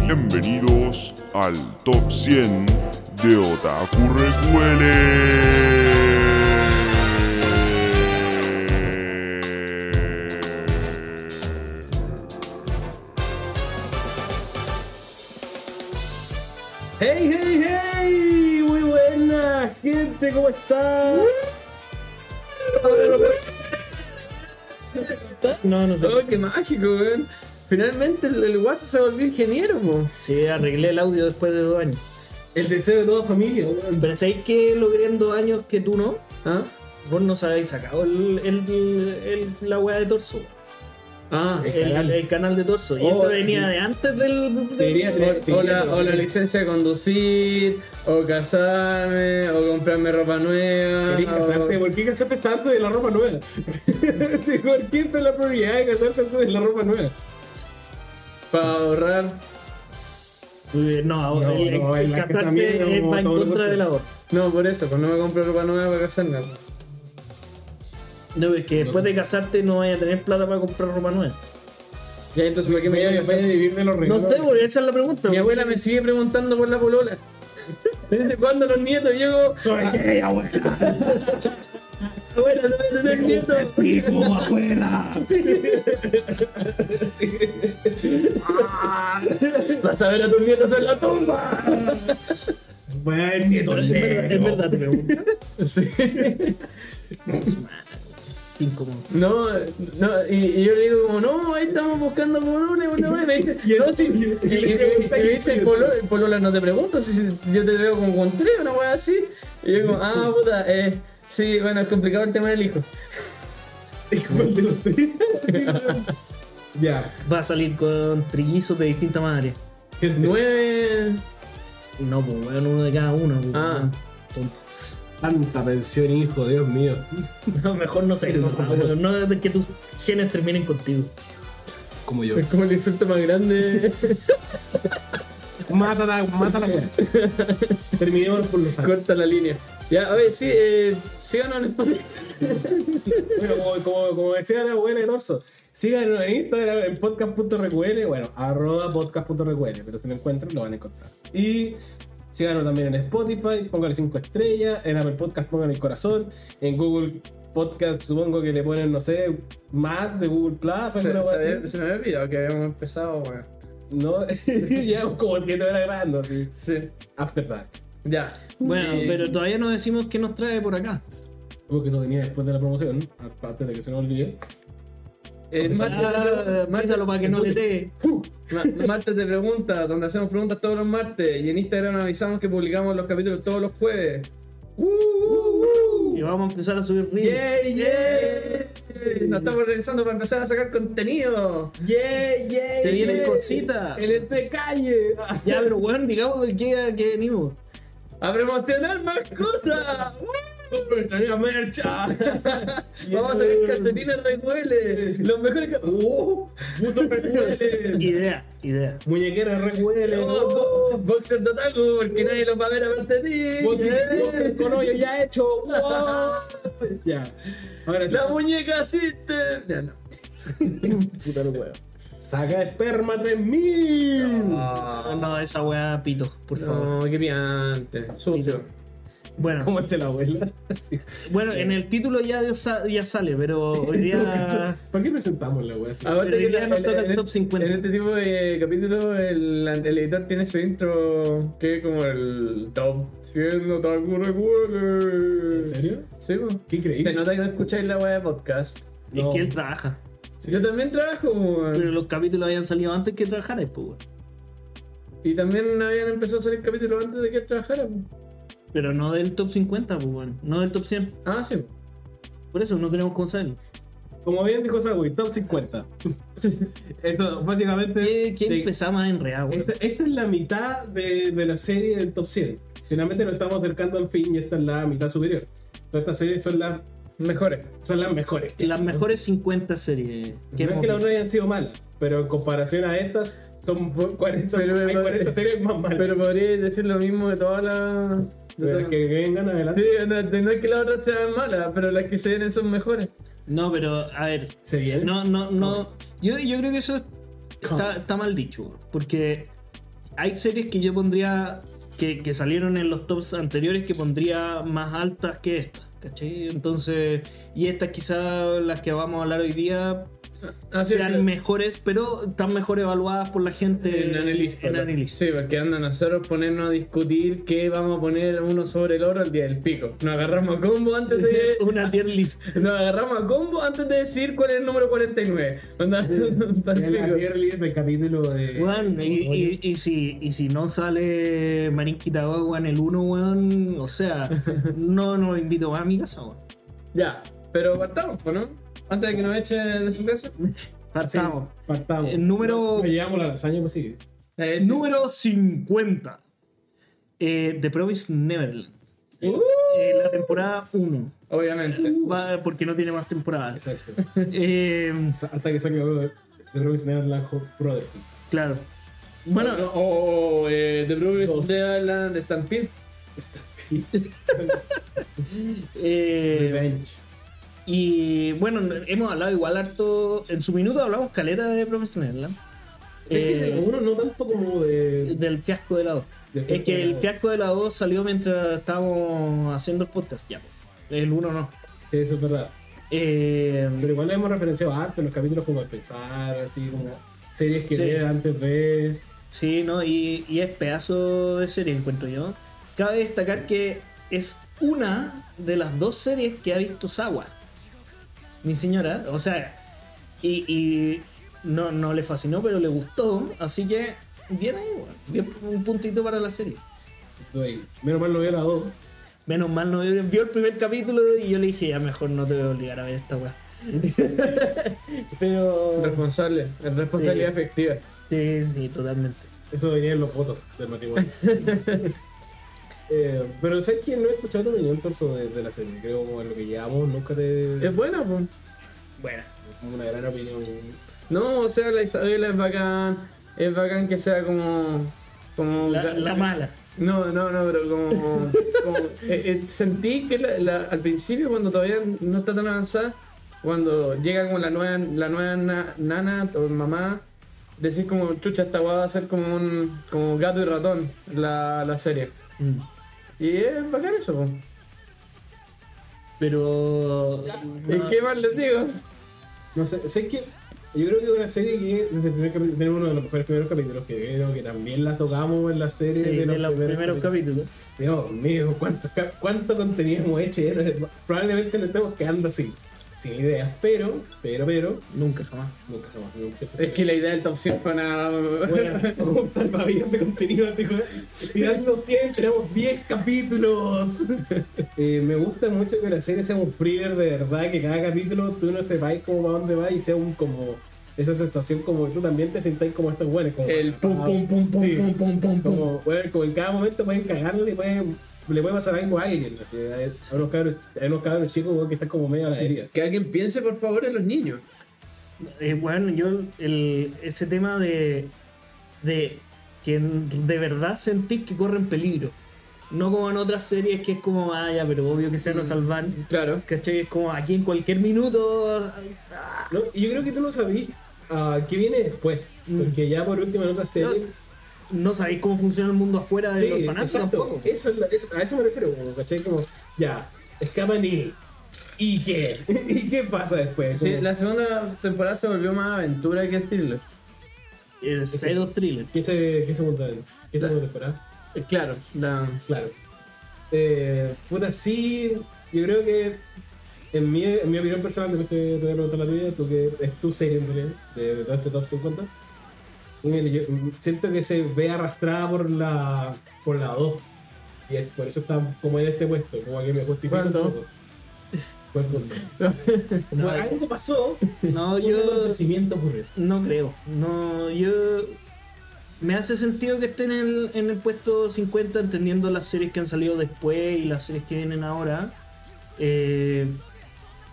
Bienvenidos al Top 100 de Otaku Recuele. ¡Hey, hey, hey! Muy buena gente, ¿cómo están? No, no sé. Oh, qué mágico, weón. Finalmente el, el guaso se volvió ingeniero, po. Sí, arreglé el audio después de dos años. El deseo de toda familia, weón. Pero ¿sabéis que logré en dos años que tú no? ¿Ah? Vos no sabéis sacado el, el- el- la weá de torso. Ah. El El, canal. el canal de torso. Y Oh, eso venía sí. de antes del. Debería del- tener- O, o la, o la licencia de conducir, o casarme, o comprarme ropa Ah, nueva. Quería o- casarte, ¿Por qué casarte tanto de la ropa nueva? Sí, ¿Por qué esta es la prioridad de casarse antes de la ropa nueva? Para ahorrar. Eh, No, ahora No, el, el no, en la que también casarte es como va en todo el contra gusto. del ahorro. No, por eso, pues no me compré ropa nueva para casarme. No, es que después de casarte no vayas a tener plata para comprar ropa nueva. Ya, entonces, ¿para qué me voy a Vaya, vaya a casar? vivir de los No regalos. sé, porque esa es la pregunta. Mi porque- abuela me sigue preguntando por la polola. ¿Desde cuándo los nietos llego? ¿Sabes qué, abuela? Abuela, no voy a tener nieto. ¡Pico, abuela! Vas a ver a tus nietos en la tumba. Buen nieto Es verdad, es verdad, te pregunto. Sí. Incómodo. No, no, y, y yo le digo como, no, ahí estamos buscando polola, una vez, y me dice, Y el- no, sí, y- y, y- y- y- y me dice, polola, polola, no te pregunto, si, si yo te veo como con tres, una wea así, y yo como, ah, puta, eh, sí, bueno, es complicado el tema del hijo. Igual de los tres. Ya, Va a salir con trillizos de distinta madre. gente. Nueve, No, pues weón, uno de cada uno. pues, Ah. weón. Tonto. Tanta pensión, hijo, Dios mío. No, mejor no sé. No, weón, no es de que tus genes terminen contigo. Como yo. es como el insulto más grande, Mátala, mátala, weón. Terminemos por los sacos. corta la línea. Ya, oye, sí, eh, sigan en Spotify. Bueno, como, como, como decía la abuela de Torso, síganos en Instagram, en podcast.recuele, bueno, arroba podcast.recuele, pero si lo encuentran, lo van a encontrar. Y síganos también en Spotify, pónganle 5 estrellas, en Apple Podcast pongan el corazón, en Google Podcast supongo que le ponen, no sé, más de Google Plus, Se, alguna se cosa había- así. se me había olvidado que habíamos empezado, weón. No, llevamos como 7 horas grabando, así. Sí, After Dark. ya. Bueno, Y- pero todavía no decimos qué nos trae por acá. Porque eso venía después de la promoción, ¿no? antes de que se nos olvide. Eh, Ah, Marta- Písalo para que no le te. ¡Fu! Ma- Martes de preguntas, donde hacemos preguntas todos los martes. Y en Instagram avisamos que publicamos los capítulos todos los jueves. ¡Uh, uh, uh! Y vamos a empezar a subir reels. ¡Yay, yay! Nos estamos realizando para empezar a sacar contenido. ¡Yeah, Eh, yeah! Se vienen cositas. ¡El es de calle! Ya, pero weón, digamos de qué, a qué venimos. ¡A promocionar más cosas! ¡Supertanía mercha! Vamos a sacar calcetines recueles. Los mejores que. ¡Uh! ¡Puto recuele! Idea, idea. ¡Muñequera recuele! Oh, ¡Boxer de Otaku! Porque nadie los va a ver aparte de ti. Eh. ¡Boxer con hoyo ya hecho! ¡Wow! Ya. Ahora sí. ¡La muñeca existe! Ya no. Puta lo weón. ¡Saca esperma 3000! No, no, esa weá pito, por favor. No, Oh, qué piante. Sucio. Bueno, ¿Cómo está la abuela? Sí. bueno, en el título ya, sa- ya sale, pero hoy día. ¿Para qué presentamos la wea así? Ahora Pero que hoy día la- nos el- toca el en top 50. En este tipo de capítulos, el, el editor tiene su intro que es como el top 100 Otaku Recuele. ¿En serio? Sí, po. Qué increíble. Se nota que no escucháis la wea de podcast. Es No. que él trabaja. Sí, Yo también trabajo, po, Pero weón. los capítulos habían salido antes que trabajara, pues, weón. Y también habían empezado a salir capítulos antes de que trabajara. po. Pero no del top 50, pues, weón. No del top 100. Ah, sí. po. Por eso no tenemos cómo saberlo. Como bien dijo Sagui, top 50. Eso, básicamente. ¿Qué, qué Este, sí. Este, empezaba a enrear, weón? Esta, esta es la mitad de, de la serie del top 100. Finalmente nos estamos acercando al fin y esta es la mitad superior. Todas estas series son, las Mejores. son las mejores. Las mejores 50 series. este, no que es hemos que las visto. otras hayan sido malas, pero en comparación a estas, son bu- 40, Pero- hay pero- 40 series más malas. Pero podríais decir lo mismo de todas las. de Pero todas- que vengan Sí, adelante. no, no es que las otras sean malas, pero las que se vienen son mejores. No, pero a ver. Se viene. No, no, no. Yo, yo creo que eso está, está mal dicho, weón, Porque hay series que yo pondría. Que, que salieron en los tops anteriores que pondría más altas que estas, ¿cachai? Entonces, y estas quizás las que vamos a hablar hoy día Ah, Así sean mejores, pero están mejor evaluadas por la gente En Analyst. en claro. Analyst. Sí, porque andan a nosotros ponernos a discutir qué vamos a poner uno sobre el otro el día del pico. Nos agarramos a combo antes de. Una tier list. Nos agarramos a combo antes de decir cuál es el número 49. Onda, pa'l Es la pico. tier list del capítulo de. Weón, y, y- y si, y si no sale Marín Quitagua, weón, el 1, weón, o sea, no nos invito más a mi casa, weón. Ya, pero partamos, pues, ¿no? Antes de que nos echen de su casa. Sí, Partamos. partamos. El No, número- no llevamos la lasaña, pues sí. Eh, sí. Número 50. Eh, The Promised Neverland. Eh, la temporada 1. Obviamente. Va- porque no tiene más temporadas. Exacto. Eh, Sa- Hasta que salga de Robin Neverland Ho- Brotherhood. claro. Bueno, No, o eh, The Bruce Dos. de Alan de Stampede. Está bien. eh, Revenge. Y bueno, hemos hablado igual harto. En su minuto hablamos caleta de Promised Neverland. Es que Eh, uno no tanto como de. del fiasco de la 2. Del Es fiasco de que la el dos. fiasco de la 2 salió mientras estábamos haciendo el podcast. Ya, pues. el 1 no. Eso es verdad. Eh, Pero igual lo hemos referenciado harto en los capítulos como al pensar, así como series que Sí. leer antes de. sí, no, y, y es pedazo de serie, encuentro yo. Cabe destacar que es una de las dos series que ha visto Sawa. Mi señora, o sea, y, y no, no le fascinó, pero le gustó. Así que, bien ahí, weón. bien un puntito para la serie. Estoy- Menos mal lo veo la 2. Menos mal no vio vio el primer capítulo y yo le dije, ya mejor no te voy a obligar a ver esta weá. Pero. Responsable. Es responsabilidad Sí. efectiva. Sí, sí, totalmente. Eso venía en los votos del matrimonio. Eh, pero sabes que no he escuchado tu opinión torso de, de la serie. Creo como en lo que llevamos, nunca te. Es bueno, pues. Bueno. como una gran opinión. No, o sea, la Isabela es bacán. Es bacán que sea como. como La, ga- la mala. No, no, no, pero como. como- eh, eh, sentí que la- la- al principio, cuando todavía no está tan avanzada, cuando llega como la nueva, la nueva na- nana o mamá, decís como, chucha, esta weá va a ser como un como gato y ratón la, la serie. Mm. Y es bacán eso, po. Pero. ¿Y qué más les digo? No sé, sé que yo creo que es una serie que desde el primer capítulo, tenemos uno de los mejores primeros capítulos que creo que también la tocamos en la serie Sí, de los, primeros capítulos. capítulos. Dios mío, cuánto, ca- cuánto contenido hemos hecho. ya no- probablemente nos estemos quedando sin, sin ideas, pero, pero, pero, Nunca jamás. nunca jamás. Nunca siempre Es que la idea del top 100 fue una. un salvavidas de contenido, digo, tirando 100, tenemos 10 capítulos. Eh, me gusta mucho que la serie sea un thriller de verdad, que cada capítulo tú no sepáis cómo va dónde va y sea un como esa sensación como que tú también te sentáis como estos buenos. Como, El pum, pum, pum, pum, Ah, Sí. pum, pum, pum, pum. Como, bueno, como en cada momento pueden cagarle y pueden- le puede pasar algo a alguien. así, hay, hay unos cabros, hay unos cabros chicos weón, que están como medio a la deriva. Que alguien piense, por favor, en los niños. Eh, bueno, yo. el- ese tema de. De. Que de verdad sentís que corren peligro. No como en otras series que es como, ah, ya, pero obvio que se van a salvar. Claro. ¿Cachai? Es como aquí en cualquier minuto. ah, No, y yo creo que tú no sabís ah, qué viene después. Mm. Porque ya por último en otra serie. no sabéis cómo funciona el mundo afuera de los fanáticos exacto. tampoco. Eso es la- eso- a eso me refiero, como, ¿cachai? Como, ya, escapan y. ¿Y qué? ¿Y qué pasa después? Sí, Como, la segunda temporada se volvió más aventura que thriller. El cero thriller. ¿Qué se, qué se monta en- ¿Qué se La- monta temporada? Eh, Claro, la... Claro. Eh, puta, sí, yo creo que. En mi, en mi opinión personal, después te, te voy a preguntar la tuya, tú que es tu serie en realidad, de, de todo este top 50. Y mire, yo siento que se ve arrastrada por la por la 2. Y es- por eso está como en este puesto, como que me justifica un ¿Cuándo? poco. ¿Cuál punto? No, Bueno, algo pasó. no, Un yo acontecimiento ocurrió. no creo. No, yo. Me hace sentido que estén en el, en el puesto 50, entendiendo las series que han salido después y las series que vienen ahora. Eh,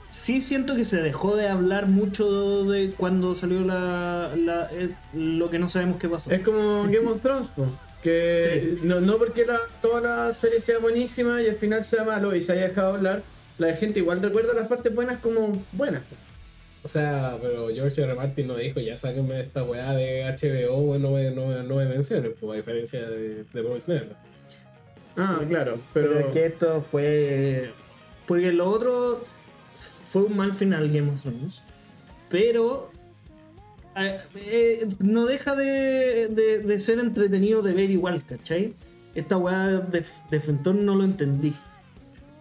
sí siento que se dejó de hablar mucho de cuando salió la, la- eh, lo que no sabemos qué pasó. Es como Game of Thrones, po, que no, no porque la, toda la serie sea buenísima y al final sea malo y se haya dejado hablar, la gente igual recuerda las partes buenas como buenas. po. O sea, pero George R. R. Martin no dijo, ya sáquenme de esta weá de HBO, weón, no me, no, me- no me mencionen, pues, a diferencia de, de Promised Neverland. Ah, claro, Pero, pero. es que esto fue. Porque lo otro fue un mal final Game of Thrones. Pero. eh, eh, no deja de, de- de ser entretenido de ver igual, ¿cachai? Esta weá de, de Fentón no lo entendí.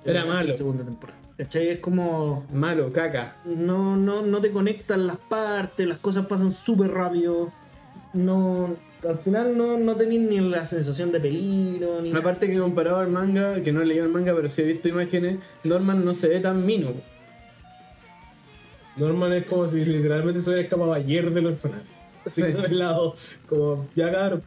Era En la malo. Segunda temporada. ¿Cachai? Es como. Malo, caca. No, no, no te conectan las partes, las cosas pasan súper rápido. No. Al final no, no tenés ni la sensación de peligro, ni nada. Aparte que comparado al manga, que no he leído el manga, pero sí he visto imágenes, Norman no se ve tan mino. Norman es como si literalmente se hubiera escapado ayer del orfanato. Así Sí. que del lado, como, ya cabrón.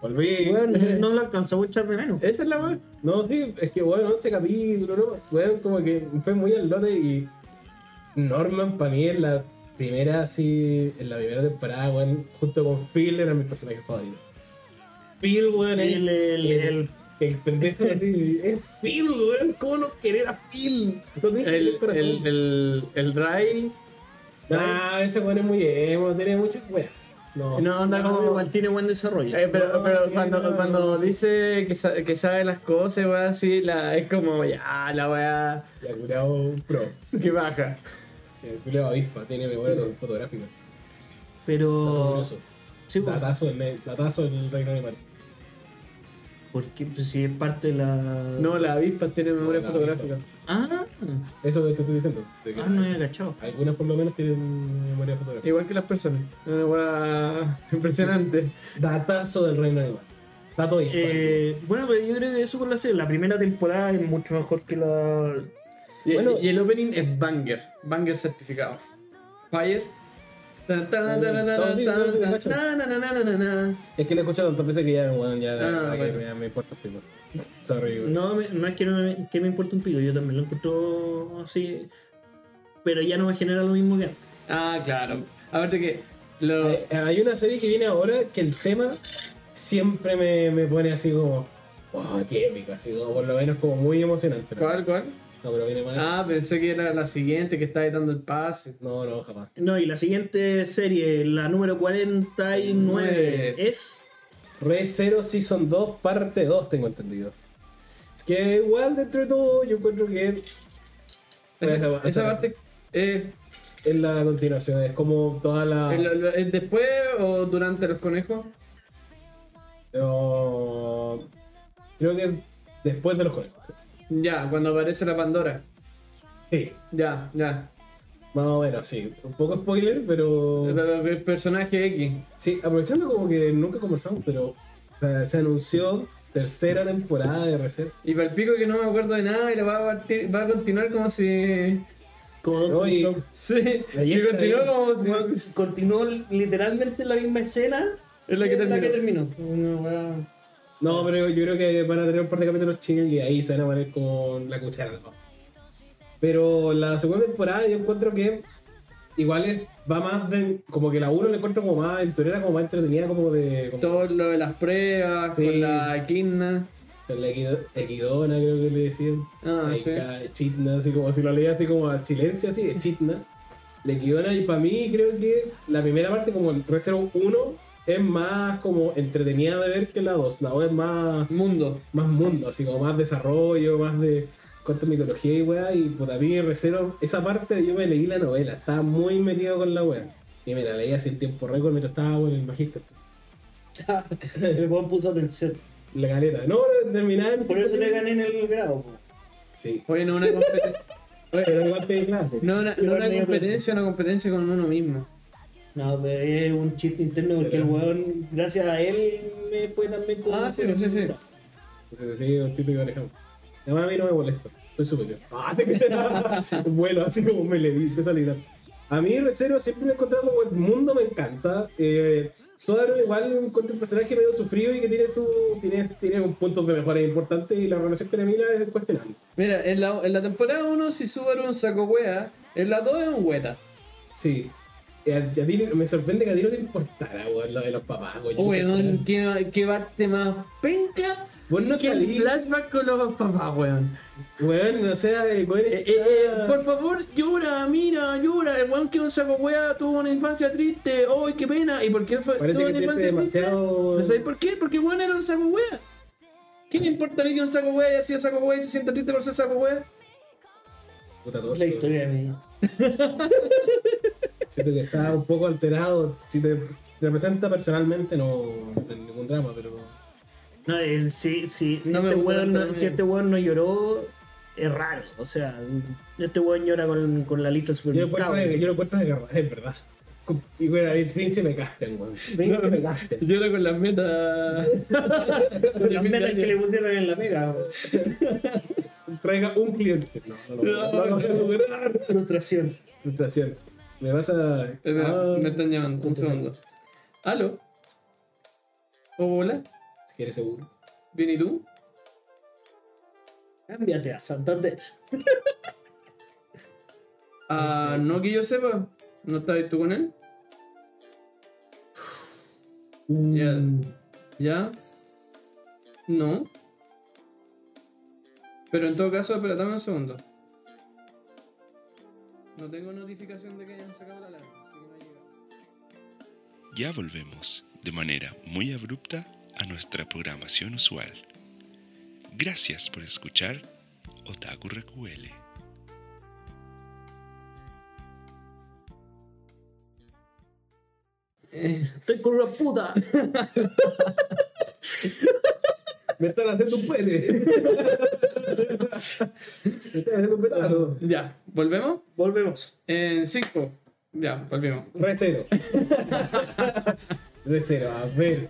Volví. Weón, no lo alcanzaba a echar de menos. Esa es la weá. No, sí, es que bueno, 11 capítulos, ¿no? Bueno, como que fue muy al lote y Norman para mí en la primera, así, en la primera temporada, bueno, junto con Phil era mi personaje favorito. Phil, weón, es- El, el- el- el pendejo así, es Phil, weón, ¿cómo no querer a Phil? Lo tenés que tener El, corazón. el, el, el Rai. Nah, ese weón es muy emo, tiene muchas weas. No, No, anda no, como. igual tiene buen desarrollo. Eh, pero No, pero sí, cuando, no. cuando dice que, sa- que sabe las cosas, weá, así, la, es como, ya, la weá, ya curado un pro. que baja. El culiao avispa, tiene memoria fotográfica. Dato pero. curioso. Oh, Sí, po, Datazo en el, datazo en el reino animal. porque pues, si es parte de la. No, las avispas tienen memoria No, la fotográfica. Ah, Eso que te estoy diciendo. de que ah, no había cachado. Algunas por lo menos tienen memoria fotográfica. Igual que las personas. Una weá impresionante. Datazo del reino animal. Dato avispa. Eh, bueno, pero yo creo que eso con la serie. La primera temporada es mucho mejor que la. Y, Bueno. y el opening es banger, banger certificado. Fire. Tan, tan, tan, tan, Todos tan, bien, todos bien, tan, cacho. tan, na, na, na, na, na. Es que lo he escuchado tantas veces que ya, bueno, ya, Ah, ya bueno. me, me importa pico. Sorry, güey. No, me- no es que, no me, que me importa un pico, yo también lo encuentro así. Pero ya no me genera lo mismo que antes. Ah, claro. Aparte que lo, Eh, Hay una serie que viene ahora que el tema siempre me, me pone así como. ¡Oh, qué épico! Así como, por lo menos, como muy emocionante. ¿no? ¿Cuál, cuál? No, pero viene más. Ah, pensé que era la siguiente que estaba dando el pase. No, no, jamás. No, y la siguiente serie, la número 49, Nueve. es. Re Zero Season 2, parte 2, tengo entendido. Que igual, dentro de todo, yo encuentro que es Bueno, Esa, bueno, esa bueno. parte eh, la continuación, es como toda la. el- el- el después o durante los conejos. No, creo que después de los conejos. Ya, cuando aparece la Pandora. Sí, Ya, ya. más o menos, sí. Un poco spoiler, pero. El, el- el personaje X. Sí, aprovechando como que nunca conversamos, pero eh, se anunció tercera temporada de RC. Y para el pico que no me acuerdo de nada y la va a, partir- va a continuar como si. Con, No, y- Sí, Ayer y continuó era como si. Weón, continuó literalmente la misma escena Es la que en terminó. Una weá. No, pero yo creo que van a tener un par de capítulos chill y ahí se van a poner como la cuchara. ¿no? Pero la segunda temporada yo encuentro que igual es- va más de... Como que la 1 la encuentro como más aventurera, como más entretenida, como de... Como Todo lo de las pruebas, Sí. con la quinna. La equido- equidona creo que le decían. Ah, Ahí sí. ca- Chitna, así como si lo leía así como a chilense, así, de Chitna. La equidona y para mí creo que la primera parte como el Reservo 1 es más como entretenida de ver que la 2. La 2 es más... Mundo. más mundo, así como más desarrollo, más de cuánta mitología y weá. Y puta, a mí recero, esa parte yo me leí la novela, estaba muy metido con la weá. Y me la leí así en tiempo récord mientras estaba en el magíster. El weón puso atención. La caleta. No, pero terminaba en Por eso le gané en el grado. po. Sí. Oye, no una competencia. Pero igual te clase. no una, no una Igual me competencia, una competencia con uno mismo. No, pero es un chiste interno porque el weón, gracias a él, me fue también como. Ah, sí, sí, sí. Entonces, sí, un chiste que manejamos. Además, a mí no me molesta. Soy superior. Ah, te escuché nada. Vuelo, así como me le di, esa idea. A mí, Recero, siempre lo he encontrado como el mundo me encanta. Eh, Subaru, igual, encuentro un personaje medio sufrido y que tiene, su, tiene, tiene un punto de mejora importante y la relación con Emila es cuestionable. Mira, en la, en la temporada 1 si Subaru es un saco wea, en la 2 es un hueta. Sí. eh, a, a ti no- me sorprende que a ti no te importara, weón, lo de los papás, weón. Weón, qué, qué parte más penca. Vos no que el salís, flashback con los papás, weón. weón, o sea, el weón Eh, eh, eh, está- por favor, llora, mira, llora. El weón que un saco weá tuvo una infancia triste. ¡Ay, qué pena! ¿Y por qué fue, Parece tuvo que una siente infancia demasiado- triste? ¿Sabes por qué? Porque el weón era un saco weá. ¿Qué le importa a mí que un saco weá haya sido saco weá y se sienta triste por ser saco weá? Puta, todo La eso. historia de mi vida. Siento que está un poco alterado. Si te representa personalmente, no en ningún drama, pero. No, el- si, si, si No me este gusta weón no, también. si este weón no lloró, es raro. O sea, este weón llora con, con la lista del Yo lo encuentro, supermercado. de, yo lo encuentro de Carvajal, es verdad. Y bueno, ahí príncipe Casten, weón. Príncipe Casten. Llora con las metas. Las metas que le pusieron en la pega. weón. Traiga un cliente. No, no lo no lo voy a lograr. Frustración. Frustración. Me vas a. Espera, Ah, me están llamando, un segundo. ¿Aló? Oh, Hola, Si quieres seguro. ¿bien y tú? Cámbiate a Santander. Ah, no que yo sepa, ¿no estás tú con él? Mm. Ya. ¿Ya? No. Pero en todo caso, espera, dame un segundo. No tengo notificación de que hayan sacado la alarma, así que no ha llegado. Ya volvemos de manera muy abrupta a nuestra programación usual. Gracias por escuchar Otaku RQL. Estoy con una puta. Me están haciendo un pene. Me están haciendo un petardo. Ya, ¿volvemos? Volvemos. En 5. Ya, volvimos. Re cero. Re cero, a ver.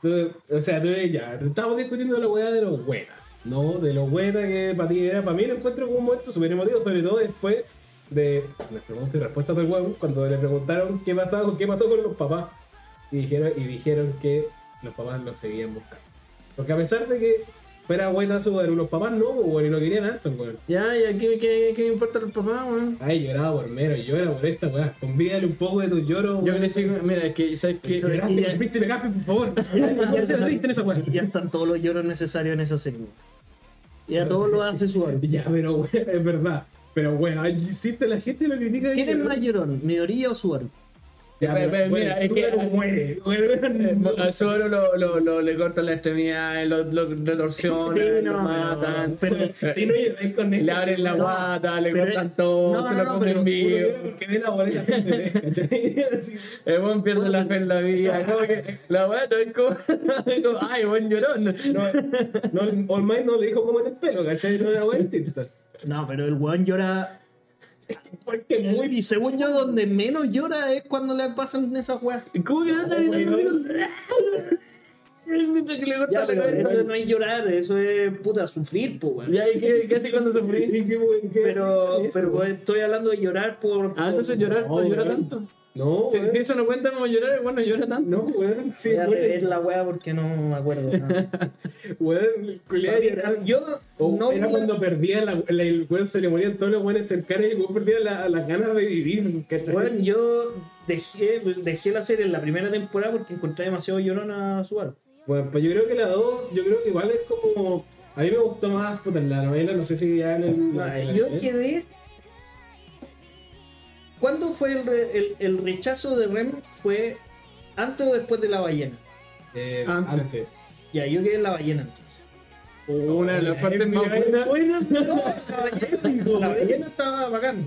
Tú- o sea, tú ya. Estamos discutiendo la weá de los huetas. No, de los huetas que para ti era. Para mí lo encuentro como un momento súper emotivo, sobre todo después de las preguntas y respuestas del huevo, cuando le preguntaron qué pasaba con qué pasó con los papás. Y dijeron, y dijeron que los papás los seguían buscando. Porque a pesar de que fuera hueta su los papás no, pues, bueno, y lo querían harto, weón. Ya, ¿y aquí qué, qué me importa el papá, weón? Ay, lloraba por mero, llora por esta weá. Convídale un poco de tu lloro, Yo weón. crecí con... Mira, es que, ¿sabes qué? Pero es Lloraste que con ya- el príncipe Gaspi, por favor. Ya se la diste en esa weá. Ya están todos los lloros necesarios en esa serie. Y a todos los hace su árbol. Ya, pero weá, es verdad. Pero weá, hiciste la gente lo critica. de ¿Quién es llorar. más llorón? ¿Mi orilla o su árbol? Ya, Pero, pero pero, weón, mira, es tú que- eres un muere. Weón, no. A Zoro lo, lo, lo, le cortan la extremidad, eh, lo, lo retorsionan, Sí, lo no, matan, no, pero- Si no lloráis con eso. le abren la No, guata, le pero- cortan todo, no, se no, lo no, comen pero- Uno vivo. llora Porque ve la boleta gente, ¿cachai? Así, El buen pierde la fe en la vida. Como que la guata es como, como, ay, buen llorón. No, no, All Might no le dijo cómo te pelo, ¿cachai? No era buen tinta. No, pero el weón llora. Porque muy Y según yo, donde menos llora es cuando le pasan esas weas. ¿Cómo que no está gritando? weón. Mientras que le Ya, cortan la pero eso no cabeza. es llorar, eso es puta sufrir, po, weón. Ya, ¿y qué, qué hace cuando sufrí? Y qué buen- qué Pero, eso, pero weón. weón, estoy hablando de llorar por. Ah, entonces por- llorar no, No, llora weón. tanto. No, Si, weón. si eso no cuenta como llorar, bueno, llora tanto. No, weón, sí, Voy a rever weón. la wea porque no me acuerdo. ¿no? Weón, el culiao lloraba. Yo O no era vi- cuando perdía la, la- el weón, se le morían todos los weones cercanos y el weón perdía la- las ganas de vivir, ¿cachai? Weón, yo dejé, dejé la serie en la primera temporada porque encontré demasiado llorón a Subaru. Bueno, pues yo creo que la 2, yo creo que igual es como. A mí me gustó más puta, en la novela, no sé si ya en el. Ay, Mm, Ah, Yo ¿eh? quedé. ¿Cuándo fue el, re- el, el rechazo de Rem? ¿Fue antes o después de la ballena? Eh, Antes. antes. Ya, yo quedé en la ballena entonces. Oh, Una de las Ay, partes más mira, buenas. La ballena, la ballena estaba bacán.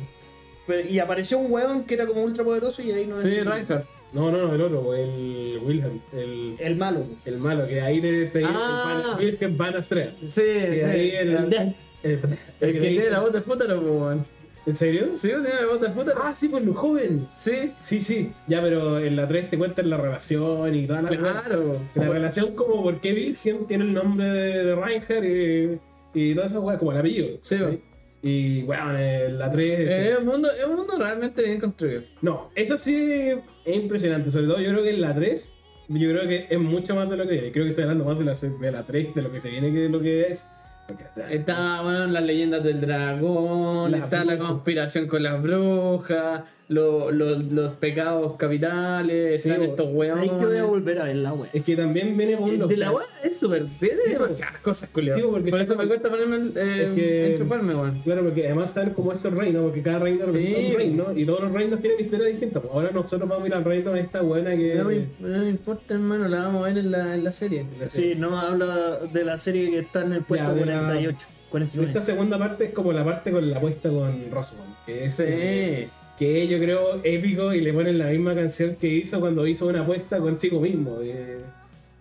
Pero- y apareció un weón que era como ultra poderoso y ahí no Sí, Reinhardt. No, no, no, el otro, el Wilhelm, el, El malo. el malo, que ahí te, te Ah. el Van- Wilhelm Van Astrea. Sí, sí. Que ahí el. eh, El, el- que te tiene dice- la voz de fútaro, po, weón. ¿En serio? Sí, tiene la voz de fútaro. Ah, sí, pues lo joven. Sí, Sí, sí. Ya, pero en la 3 te cuentan la relación y todas las cosas. claro. La relación como por qué Virgen tiene el nombre de, de Reinhardt y, y todas esas weas, como el apellido. Sí, ¿cachai? va. Y weón, en la 3. Eh, Es un, mundo, es un mundo realmente bien construido. No, eso sí es impresionante. Sobre todo yo creo que en la 3, yo creo que es mucho más de lo que viene. Creo que estoy hablando más de la, se- de la 3, de lo que se viene que de lo que es Porque, ya, Está, bueno, las leyendas del dragón, Las está la brujas. conspiración con las brujas, lo- lo- los pecados capitales, Sí, están bo- estos ¿Sabéis que voy a hueones. volver a ver la wea? Es que también viene por un Eh, De la wea es súper, tiene Sí, bo. demasiadas cosas, culiado. Sí, bo, porque Por eso está- me cuesta ponerme, eh, Es que- enchufarme, weón. Claro, porque además están como estos reinos, porque cada reino representa Sí. un reino y todos los reinos tienen historias distintas. Pues Ahora nosotros vamos a ir al reino de esta buena que. No me, no me importa, hermano, la vamos a ver en la, en la serie. Sí, no habla de la serie que está en el puesto Ya, de la- 48. Y Esta 49. segunda parte es como la parte con la apuesta con Roswell, que es eh, Sí. que yo creo épico y le ponen la misma canción que hizo cuando hizo una apuesta consigo mismo, de,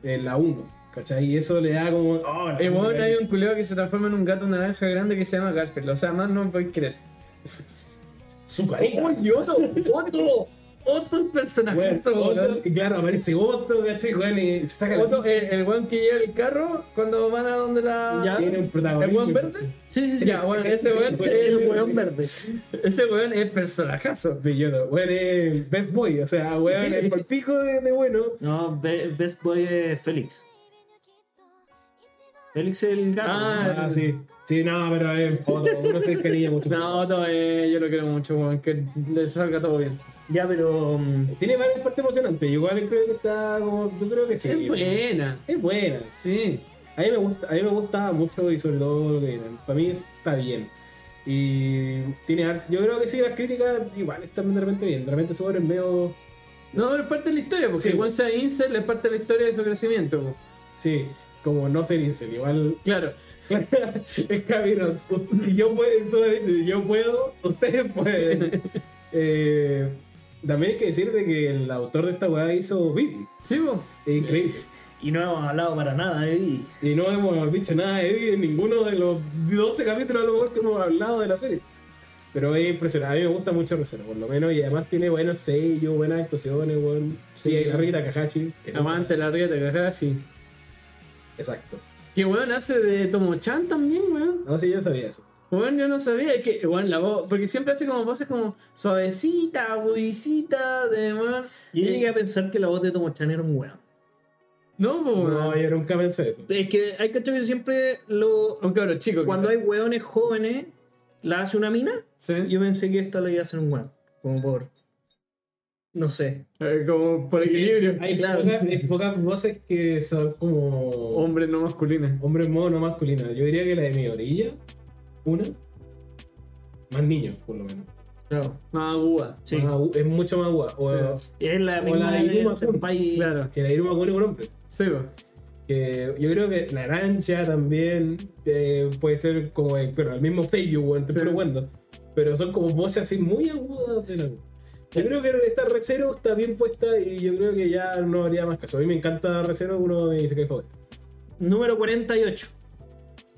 de la 1. ¿Cachai? Y eso le da como. Oh, la Y puta bueno, que- hay un culeo que se transforma en un gato naranja grande que se llama Garfield. O sea, más no voy a creer. Su carita. ¡Uy, Oh, otro! ¡Otro! ¡Otro personaje! Weón, Otto, y claro, aparece Otto, ¿cachai? Weón, y se saca la Otro, el, el weón que lleva el carro cuando van a donde la. Ya. Tiene un protagonista. ¿El weón verde? Sí, sí, sí. Ya, bueno, ese weón. el weón verde. Ese weón es personajazo. Belloto, weón, es Best Boy, o sea, weón, es por pico de, de bueno. No, Be- Best Boy es eh, Félix. Félix es el gato. Ah, Ah, sí. Sí, no, pero es Otto, uno se cariña mucho. No, Otto, eh, yo lo quiero mucho, weón. Que le salga todo bien. Ya, pero. mm, Tiene varias partes emocionantes, yo igual creo que está como. Yo creo que sí. es buena. Es buena. Sí. A mí me gusta, a mí me gusta mucho y sobre todo que para mí está bien. Y tiene har- yo creo que sí, las críticas igual están de repente bien, de repente se vuelven medio. No, pero es parte de la historia, porque Sí. el weón sea incel, es parte de la historia de su crecimiento. weón. Sí, como no ser incel, igual Claro. es camino. Si yo puedo, si yo puedo, ustedes pueden. Eh, también hay que decirte que el autor de esta weá hizo Vivi. Sí, weón. Es increíble. Y no hemos hablado para nada, eh, Eddie. Y no hemos dicho nada de Vivi en ninguno de los 12 capítulos a lo mejor que hemos hablado de la serie. Pero es impresionante. A mí me gusta mucho Rosero, por lo menos. Y además tiene buenos sellos, buenas actuaciones, weón. Sí. Y la Rita Kahashi. que no- Amante la ría de Kakashi. Exacto. Que weón hace de Tomo-chan también, weón. No sé, yo sabía eso. Weón, yo no sabía es que, weón, la voz. Porque siempre hace como voces como suavecita, agudicita, de weón. Yo Eh, llegué a pensar que la voz de Tomo Chan era un weón. No, pues, weón. No, yo nunca pensé eso. Es que hay cachorros que siempre lo. Un cabrón chico. Cuando hay quizá. weones jóvenes, la hace una mina. Sí. Yo pensé que esta la iba a hacer un weón. Como por. No sé. Eh, como por equilibrio. Hay, Claro. pocas, hay pocas voces que son como Hombre no masculino. hombres mono masculinas. Yo diría que la de mi orilla, una. Más niños, por lo menos. Claro. Más aguda. Sí. Más agu- es mucho más guapo. O- Es la O misma la de Iruma de este Kun. Senpai. Claro. Que la de Iruma Kun es un hombre. Sí, weón. Que yo creo que Naranja también eh, puede ser como el, pero el mismo Seiyu, weón, te Sí. estoy jugando. Pero son como voces así muy agudas de la Yo creo que esta Recero está bien puesta y yo creo que ya no habría más caso. A mí me encanta Recero, uno me dice que es favorito. Número 48.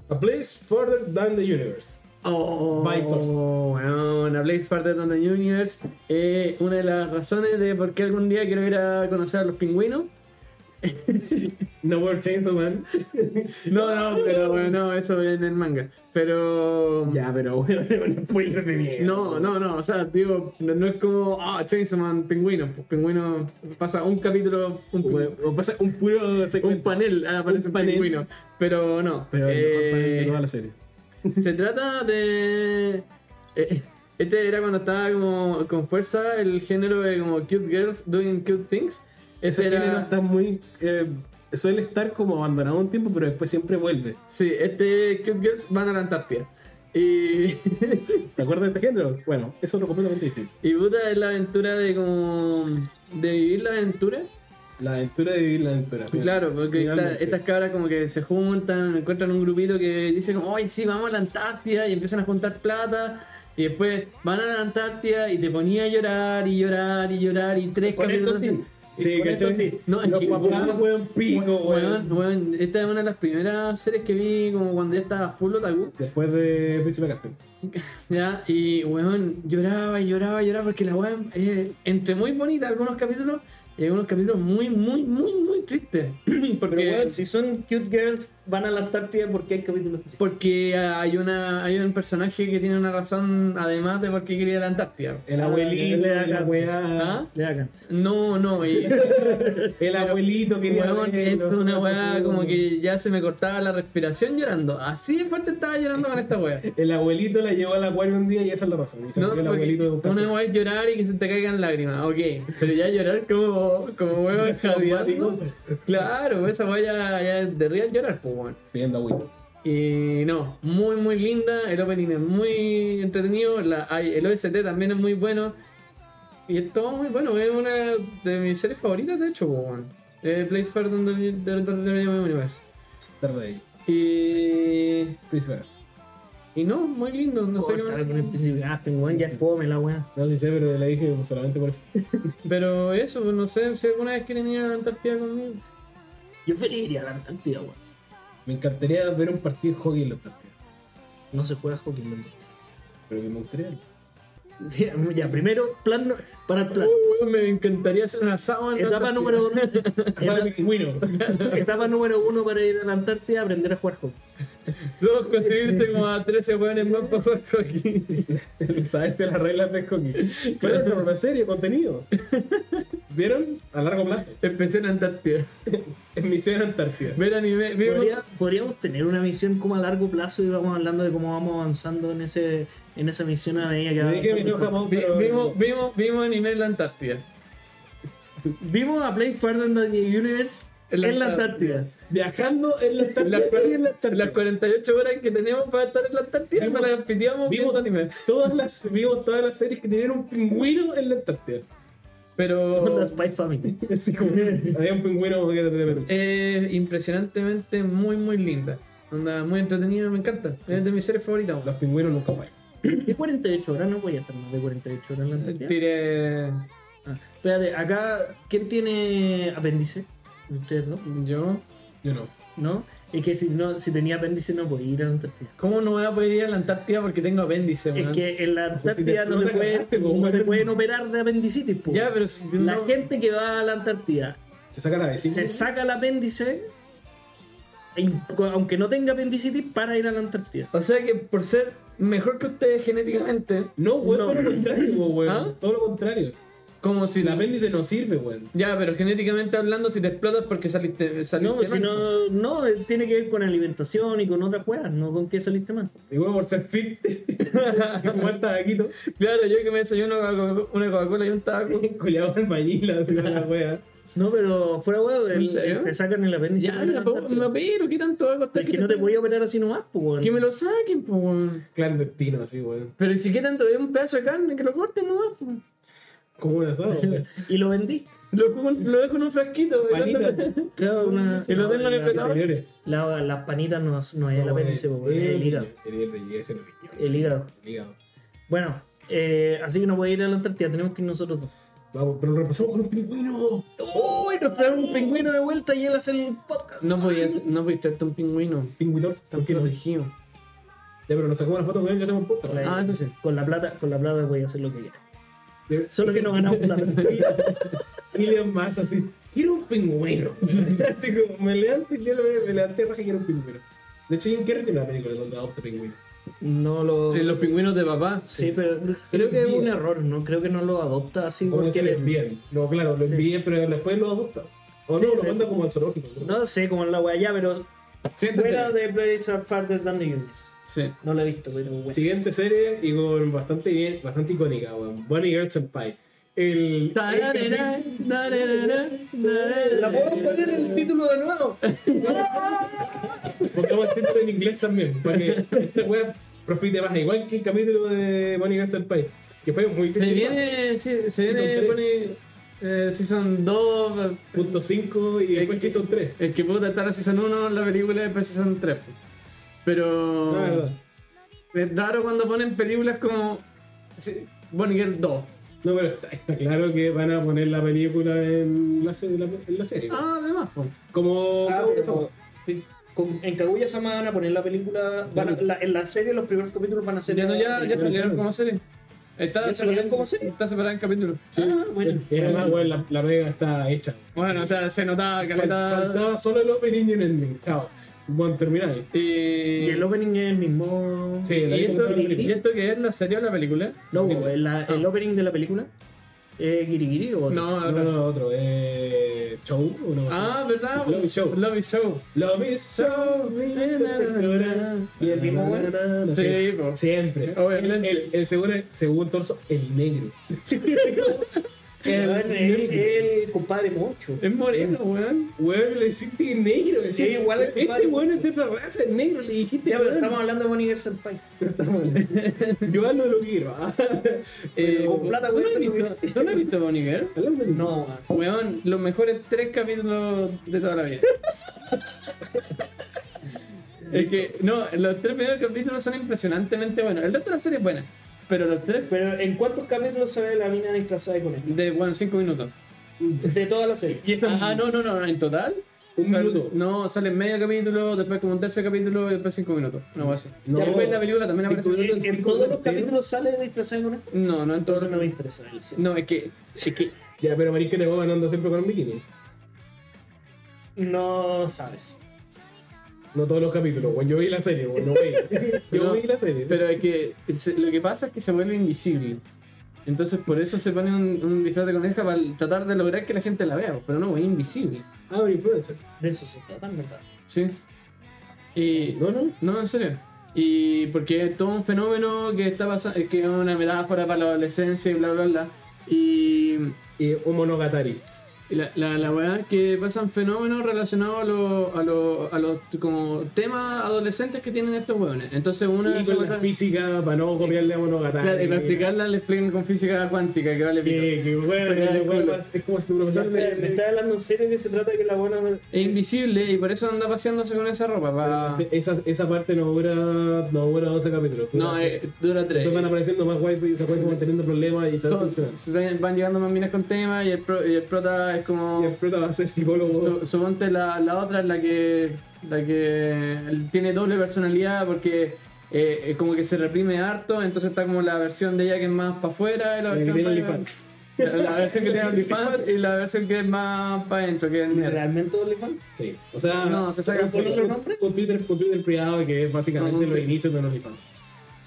A Place Further Than the Universe. Oh, Vipers. weón, a Blaze Parted on the Universe. Eh, una de las razones de por qué algún día quiero ir a conocer a los pingüinos. Nowhere Change the Man. No, no, pero bueno, no, eso en el manga. Pero. Ya, pero bueno, es un spoiler de mierda. No, no, no, o sea, digo, no, no es como, ah, Chainsaw Man, pingüino. Pues pingüino pasa un capítulo, un, pi- Weón, o pasa un puro un segmento. panel, ah, aparece Un un, panel. pingüino. Pero no. pero el mejor panel de eh, toda la serie. Se trata de. eh, Este era cuando estaba como con fuerza el género de como cute girls doing cute things. Ese Ese era. género está muy. eh, suele estar como abandonado un tiempo, pero después siempre vuelve. Sí, este cute girls van a la Antártida. Y. ¿Te acuerdas de este género? Bueno, es otro completamente distinto. y puta es la aventura de como. de vivir la aventura. La aventura de vivir la aventura. Mira, Claro, porque esta- finalmente. estas cabras como que se juntan, encuentran un grupito que dice como, ay, sí, vamos a la Antártida y empiezan a juntar plata. Y después van a la Antártida y te ponía a llorar y llorar y llorar y tres Con esto capítulos sí. así. Sí, con esto sí. ¿cachai? No, es Los que- papás, weón, weón, pico, Weón, weón. weón, esta es una de las primeras series que vi como cuando ya estaba full otaku. Después de Príncipe Casper. Ya, y weón, lloraba y lloraba y lloraba porque la weón, eh, entre muy bonita algunos capítulos, Y hay unos capítulos muy, muy, muy, muy tristes. Pero Porque, weón, si son cute girls, van a la Antártida porque hay capítulos tristes. porque hay, una, hay un personaje que tiene una razón, además de por qué quería la Antártida. El Ah, abuelito, le da la cáncer. weá. ¿Ah? Le da cáncer. No, no, y- El abuelito que Weón, es una weá como que ya se me cortaba la respiración llorando. Así de fuerte estaba llorando con esta weá. El abuelito la llevó al acuario un día y esa es la razón. Y se No, murió el porque abuelito de una weá es llorar y que se te caigan lágrimas, ok. Pero ya llorar como, como weón jadeando. Claro, pues, esa weá ya, ya de real llorar, pues weón. Pidiendo agüita. Y no, muy muy linda, el opening es muy entretenido, la, hay- el OST también es muy bueno. Y es todo muy bueno, es una de mis series favoritas de hecho, pues, weón. Eh, Place Fair donde yo universo. Tarde ahí. Y, Príncipe. y no, muy lindo, no Oh, sé qué Corta, más. con el príncipe Aspen, weón, ah, ya es fome la weá. No sé si sé, pero le dije solamente por eso. Pero eso, pues, no sé si alguna vez quieren ir a la Antártida conmigo. Yo feliz iría a la Antártida, weón. Me encantaría ver un partido de hockey en la Antártida. No se juega hockey en la Antártida. Pero que me gustaría verlo. Sí, Ya, primero, plan no- para el plan. Uh, weón, me encantaría hacer un asado en la Etapa Antártida. número uno. Asado de pingüino. eta- Etapa número uno para ir a la Antártida, aprender a jugar hockey. Todos conseguirse como a 13 weones más para jugar hockey. Sabes de las reglas de hockey. Pero es una serie, contenido. ¿Vieron? A largo plazo. Empecé en la Antártida. En mi cena Antártida. Ver anime, vimos- Podría- podríamos tener una misión como a largo plazo y vamos hablando de cómo vamos avanzando en ese en esa misión a medida que Me dije avanza mi el juego. Japón, Vi- pero... vimos, vimos, vimos anime en la Antártida. Vimos a Play Farther Than the Universe En la en la Antártida. Antártida. Viajando en la Antártida. Las, cua- y en la Antártida. las 48 horas que teníamos para estar en la Antártida, Vimos- nos las piteamos viendo anime. Todas las, vimos todas las series que tenían un pingüino en la Antártida. Pero La Spy Family. Así como, había un pingüino que era de peluche. eh, impresionantemente muy, muy linda. Onda, muy entretenida, me encanta. Es de mis series favoritas. weón. Los pingüinos nunca fallan. De 48 horas, no voy a estar más de 48 horas en Eh, la Antártida. Tiré. Espérate, acá, ¿quién tiene apéndice? Ustedes dos, Yo. Yo no. ¿no? Es que si no, si tenía apéndice no podía ir a la Antártida. ¿Cómo no voy a poder ir a la Antártida porque tengo apéndice, Es weón? que en la Pues si te Antártida no te explota, pueden, cagaste, po, no te weón. pueden operar de apendicitis, po. Ya, pero si La no- gente que va a la Antártida Se saca la vecina. se saca el apéndice, in- aunque no tenga apendicitis, para ir a la Antártida. O sea que por ser mejor que ustedes genéticamente, No, güey, No. todo lo contrario, güey. ¿Ah? Todo lo contrario. como si El apéndice no sirve, güey. Ya, pero genéticamente hablando, si te explotas porque saliste. saliste No, si mal. no, no, eh, tiene que ver con alimentación y con otras juegas, no con que saliste mal. Igual por ser fit. Igual tabaquito. Claro, yo que me desayuno una Coca- una Coca-Cola y un taco. Collado en bañila, así con la wea. No, pero fuera huevo, el- serio? el- te sacan el apéndice. ya, para ir a me la puedo- me Antártida. opero, ¿qué tanto va a costar? Es que te no te saquen? voy a operar así nomás, pues, weón. Que me lo saquen, pues, weón. Clandestino, así, güey. Pero ¿y si qué tanto es un pedazo de carne, que lo corten nomás, pues. Como un asado, güey. Y lo vendí. Lo, pongo- lo dejo en un frasquito, weón. Panita. Claro, una- Y lo tengo en el la- pelado. Interiores. la- Las panitas no, no es el No, eh, apéndice, el- po, es el hígado. El, el, el- ese no es riñón. El hígado. El hígado. Bueno, eh, así que no voy a ir a la Antártida, tenemos que ir nosotros dos. Vamos, pero lo repasamos con un pingüino. ¡Uy! Nos traen un pingüino de vuelta y él hace el podcast. No podías, no podías traerte un pingüino. Pingüinos. Está ¿Por qué no? Ya, protegido. pero nos sacamos una foto con él y hacemos un podcast. Hola. Ah, eso sí. Con la plata, con la plata voy a hacer lo que quiera. De- Solo que no ganamos la plata. William más así, quiero un pingüino. así como me levanté, yo me, me levanté raja y quiero un pingüino. De hecho, Jim Carrey tiene una película donde adopta pingüino. No lo. Eh, Los pingüinos de papá. Sí, pero creo que es un envía. error, ¿no? Creo que no lo adopta así O porque se lo le- envían. No, claro, lo envían, pero después lo adopta. O no, Sí, lo pero- manda como al zoológico. creo. No sé cómo es la weá ya, pero Siéntate. fuera de Blaze of Farther Than the Universe. Sí. No la he visto, pero bueno. Siguiente serie y con bastante bien, bastante icónica, weón. Bunny Girl Senpai. El. Tararara, tararara, ¿La puedo tararara. poner el título de nuevo? Pongamos el título en inglés también, para que esta wea profite más. Igual que el capítulo de Bunny Girl Senpai, que fue muy Se viene, sí, se viene, tres. pone eh, Season 2, Punto 5 y después sí son 3. Es que puta, está la Season 1, la película y después Season 3. Pero La verdad. es raro cuando ponen películas como sí, Bonnie Girl 2. No, pero está, está claro que van a poner la película en la, se- la- en la serie. Ah, además, po. Como. Ah, como bueno, esa como- hueá. con- en Kaguya Sama van a poner la película. van a- la- en la serie los primeros capítulos van a ser. Ya, no, ya, ya se- salieron como serie. Está ¿Ya salieron como serie? Está separada en capítulos. Ah, bueno. Y además, weón, la, la pega está hecha. Bueno, o sea, se notaba Fal- caleta. Faltaba solo el opening y el ending. Chao. Bueno, termináis. Y, Y el opening es el mismo. Sí, y la esto, película. y esto que es la serie o la película? No, el, la- el Ah. opening de la película. Eh, Kirigiri o No, No, ahora- no, no, otro. Eh, show. Uno, Ah, ¿verdad? Love is Show. Love is Show. Love is so Y el mismo, güey. Sí, po. Siempre. Obviamente. El, el, el según, según Torso, el negro. El, el el, negro. compadre Mocho. Es moreno, weón. Weón, le dijiste negro. le Sí, dijiste, igual al Este compadre. weón es de otra raza, es negro. Le dijiste, Ya, pero weón. estamos hablando de Bonnie Girl Senpai. Yo hablo de lo que quiero. ah. Eh, con plata, ¿tú, no has weón, visto, ¿Tú no has visto Bonnie Girl? Hablamos de- No, man. Weón, los mejores tres capítulos de toda la vida. es que, no, los tres primeros capítulos son impresionantemente buenos. El resto de la serie es buena, pero los tres Pero ¿en cuántos capítulos se ve la mina disfrazada con esto? de bueno, cinco minutos. De toda la serie. Y eso Ah, ah, no, no, no, en total. Un sal- minuto. No, sale medio capítulo, después como un tercer capítulo y después cinco minutos. No va a ser. No. Después en la película también Cinco aparece. minutos. ¿En, en todos los capítulos sale disfrazada con esto? No, no en todos. Entonces no me interesa. ahí sí. No, es que, es que Ya, pero Marín que te va ganando siempre con un bikini. No sabes. No todos los capítulos, weón. Yo vi la serie, weón. No veía. Yo No, vi la serie. Pero es que se- lo que pasa es que se vuelve invisible. Entonces por eso se pone un, un disfraz de coneja para tratar de lograr que la gente la vea, pero no, es invisible. Ah, un influencer. De eso se trata, en verdad. Sí. Y No, no. no, en serio. Y porque es todo un fenómeno que está pasando, que es una metáfora para la adolescencia y bla bla bla. Y, Y un monogatari. y la, la, la weá es que pasan fenómenos relacionados a los a los- a los como temas adolescentes que tienen estos hueones. Entonces una y se con vuelve- la física para no copiarle a monogatari. Claro, y para explicarla le explican con física cuántica, que vale pito. Que, que, weón, Pero el es weón culo. más- es como si tu profesor Me le- me estás hablando en serio que se trata que la buena. Es invisible y por eso anda paseándose con esa ropa. pa- Ah, Esa, esa parte no dura, no dura 12 capítulos. No, Dura- eh, dura tres. Después van apareciendo más wifi y se van teniendo problemas y se Todo- funcionan. se van- van llegando más minas con tema y el, pro- y el prota es Y el como... prota va a ser psicólogo. eh, su- Suponte la, la otra es la que, la que tiene doble personalidad porque eh, eh, como que se reprime harto, entonces está como la versión de ella que es más para afuera y la, La que versión tiene pa- OnlyFans. la, la versión que tiene OnlyFans y la versión que es más para adentro, que es Eh, nerd. ¿Realmente OnlyFans? Sí. O sea, No, se sacan un, por otro un, nombre. un Twitter, un Twitter privado que es básicamente Con un- los inicios de OnlyFans.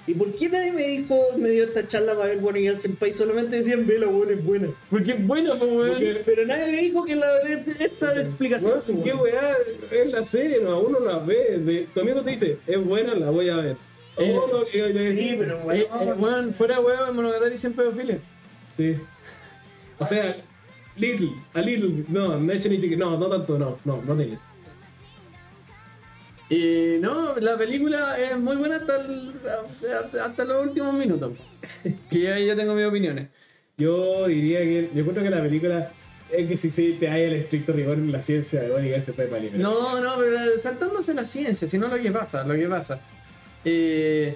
¿Y por qué nadie me dijo, me dio esta charla para ver Bonnie Girl Senpai? Solamente decían, ve la buena es buena. Porque es bueno, pues, weón. Porque- Pero nadie me dijo que la, esta explicación. Weón, qué weá es la serie, no, uno la ve. de- tu amigo te dice, es buena, la voy a ver. Eh, Oh, no, y yo- yo Sí, decía, pero Eh, bueno. eh, weón, fuera huevo, en Monogatari siempre pedofilia. sí. O sea, Little, a Little, no, no he hecho ni siquiera, no, no tanto, no, no, no tiene. Y no, la película es muy buena hasta, el- hasta- hasta los últimos minutos. Que ahí yo tengo mis opiniones. Yo diría que, yo creo que la película es que si sí, te hay el estricto rigor en la ciencia de Bonnie se puede palir. No, no, pero saltándose la ciencia, sino lo que pasa, lo que pasa. Eh,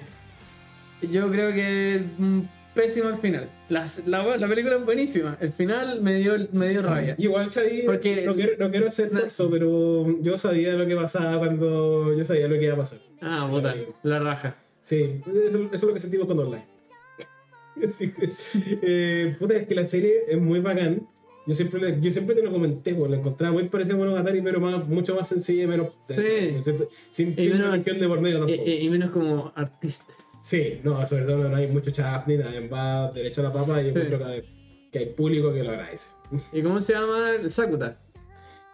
yo creo que mm, pésimo el final. Las- La, la película es buenísima. El final me dio, me dio rabia. Igual sabía, Porque- no, quiero, no quiero ser torso, pero yo sabía lo que pasaba cuando, yo sabía lo que iba a pasar. Ah, puta, la raja. Sí, eso, eso es lo que sentimos con Online. Sí. Eh, puta, es que la serie es muy bacán. Yo siempre, le- yo siempre te lo comenté, pues, la encontraba muy parecida a Monogatari, pero más, mucho más sencilla y menos. Sí. Sin, sin Y menos- una cuestión de por medio Eh, tampoco. eh, y menos como artista. Sí, no, sobre todo no hay mucho chaf ni nada, va derecho a la papa y encuentro que, que hay público que lo agradece. ¿Y cómo se llama? Sakuta.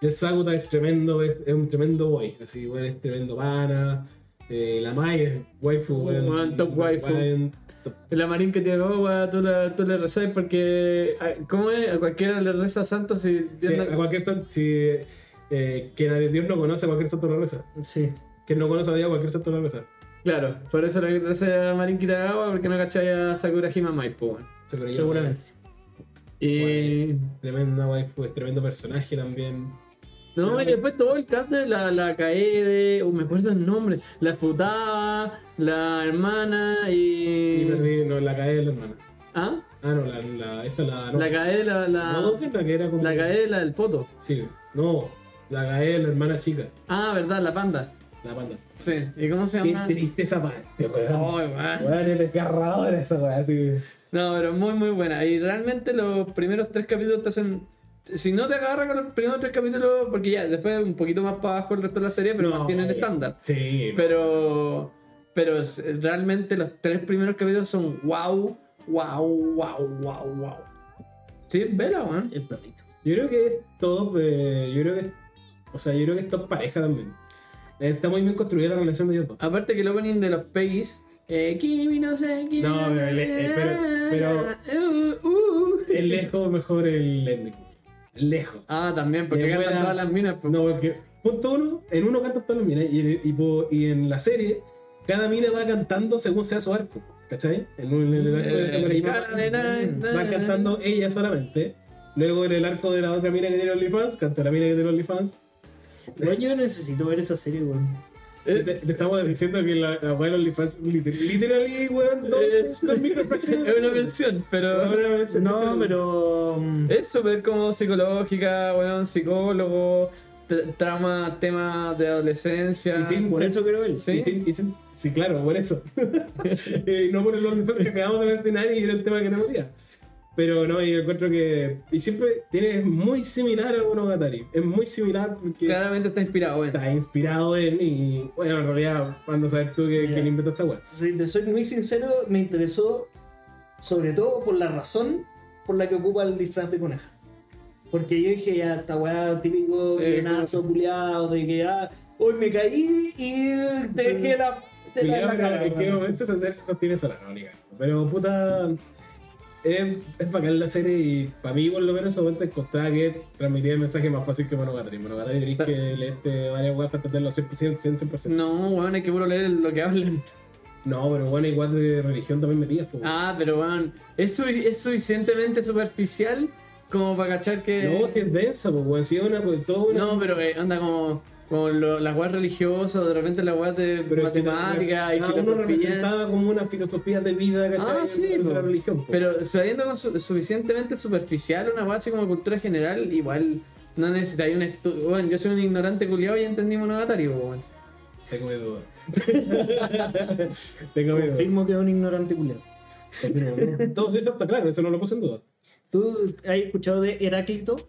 Y el Sakuta es tremendo, es, es un tremendo boy, así, bueno, es tremendo pana. eh, la Mai es waifu, weón, Uh, Weón, top waifu. weón, top La marín que te roba, tú, la, tú le rezás porque. ah, ¿Cómo es? A cualquiera le reza santo si. Sí, a cualquier santo, si eh, que nadie, Dios no conoce a cualquier santo lo reza. eh, Sí. Que no conoce a Dios, cualquier santo lo reza. Claro, por eso le reza a Marín Kitagawa porque no cacháis a Sakura Hima Maipo, weón. Seguro que- Seguramente. Y. Pues, Tremenda waifu, es tremendo personaje también. No, y después todo el cast de la, la Kaede, o me acuerdo el nombre, la Futaba, la hermana Y y. perdí, no, la cae de la hermana. ¿Ah? Ah, no, la, la, esta la. No, La Kaede, la. No, La, que es la que era como. la Kaede, la del Poto. Sí, no, la cae de la hermana chica, Ah, verdad, la panda. la panda. Sí, ¿y cómo se Qué llama? triste esa parte, Ay, weón. weón. Weón, es desgarradora esa weá, así. No, pero muy, muy buena. Y realmente los primeros tres capítulos te hacen. Si no te agarra con los primeros tres capítulos, porque ya, después un poquito más para abajo el resto de la serie, pero No, mantienen el ya. estándar. Sí, Pero. Pero es- realmente los tres primeros capítulos son wow, wow, wow, wow, wow. Sí, vela, weón. El platito. Yo creo que es top. eh, yo creo que. O sea, yo creo que es top pareja también. Eh, Está muy bien construida la relación de ellos dos. Aparte que el opening de los Peggy's. Eh, Kimi no sé quién. No, pero el- eh, pero- Uh, uh. Es lejos mejor el ending. Lejos. Ah, también, porque Es cantan buena- todas las minas. pues. No, porque. Punto uno, en uno cantan todas las minas y, en- y po- y en la serie cada mina va cantando según sea su arco. ¿Cachai? En, un- en el arco de esta Eh, mina cara de na- va, na- va cantando ella solamente. Luego en el arco de la otra mina que tiene OnlyFans, canta la mina que tiene OnlyFans. Bueno, yo necesito ver esa serie, weón. Eh. Sí, te, te estamos diciendo que la, la weá de OnlyFans liter- literally, weón, dos, Es- dos microfracciones. es una mención, pero. Una mención, No, ¿cachai? pero. mm, Es súper como psicológica, weón, psicólogo, tra- trama, temas de adolescencia. Y fin, Por eso quiero ver. Sí. Y sin- y sin- sí, claro, por eso. Eh, no por el OnlyFans que acabamos de mencionar y era el tema que te metía. Pero no, yo encuentro que. Y siempre tiene es muy similar a Monogatari. Es muy similar porque Claramente está inspirado, weón. está inspirado en. Y bueno, en realidad, cuando a saber tú que- Ya. quién inventó esta web. Si te soy muy sincero, me interesó sobre todo por la razón por la que ocupa el disfraz de coneja. Porque yo dije, ya, esta weá típico Eh, llenazo culiado, de que ah, hoy me caí y te dejé la. Te la, la cara, ¿En qué weón. momento esa serie se sostiene sola? No, ni cagando. Pero puta. Es, es bacán la serie y para mí, por lo menos, en su momento encontraba que transmitía el mensaje más fácil que Monogatari. Monogatari tenés Ta- que leerte varias webs para entenderlo 100%. 100%. No, weón, hay que puro leer lo que hablan. No, pero bueno, igual de religión también metías, pues. Ah, pero weón, es, su- es suficientemente superficial como para cachar que. no, si es densa, pues, weón. Si es una, pues, todo una. eh. No, pero eh, anda como, como lo- las weas religiosas, de repente las weas de pero es que matemáticas cada- y cada uno filosofía. representaba como una filosofía de vida, ¿cachai? Ah, sí, de la po. religión, pues. Pero sabiendo lo su- suficientemente superficial una base como cultura general, igual no necesitáis un estudio. Bueno, yo soy un ignorante culiado y entendí Monogatari, weón. Tengo mi duda. Tengo mi duda. Confirmo que es un ignorante culiado. Confirmo, ¿no? Entonces, eso está claro, eso no lo puse en duda. ¿Tú has escuchado de Heráclito?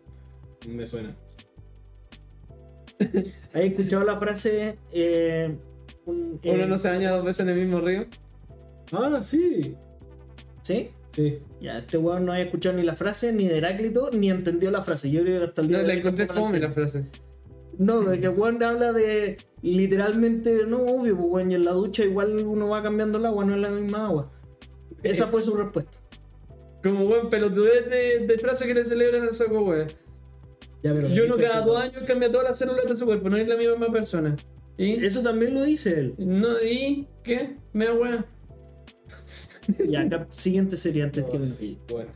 Me suena. ¿Has escuchado la frase. eh, un- eh, Uno no se baña dos veces en el mismo río. Ah, sí. ¿Sí? Sí. Ya, este weón no había escuchado ni la frase, ni de Heráclito, ni entendió la frase. Yo creo que hasta el día No, de la hoy encontré tampoco fome la entiendo. frase. No, de que el weón habla de literalmente, no, obvio, pues weón, y en la ducha igual uno va cambiando el agua, no es la misma agua. Esa fue su respuesta. Como buen pelotudez de, de frase que le celebran al saco, weón. Ya, pero Y uno cada dos Ah, años cambia todas las células de su cuerpo, no es la misma persona. ¿Y? Eso también lo dice él. No, ¿Y qué? Me da weá. Ya, acá, siguiente sería antes que Oh, sí, bueno.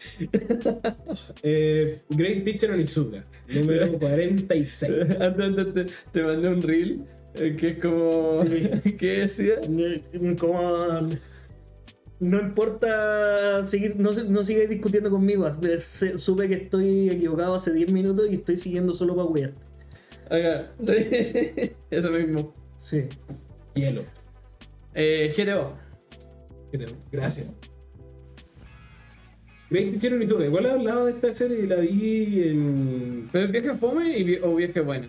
eh, Great Teacher Onizuka, número 46. Antes- antes te, te mandé un reel eh, que es como. ¿Qué decía? Mm, Como- No importa seguir, no, se- no sigáis discutiendo conmigo. as- se- Supe que estoy equivocado hace 10 minutos y estoy siguiendo solo para wear. Acá, sí. Eso mismo. Sí. Hielo. Eh, GTO. Que te- Gracias. Great Teacher Onizuka. Igual hablaba de esta serie y la vi en. ¿Pero es vieja fome y vi- o vieja buena?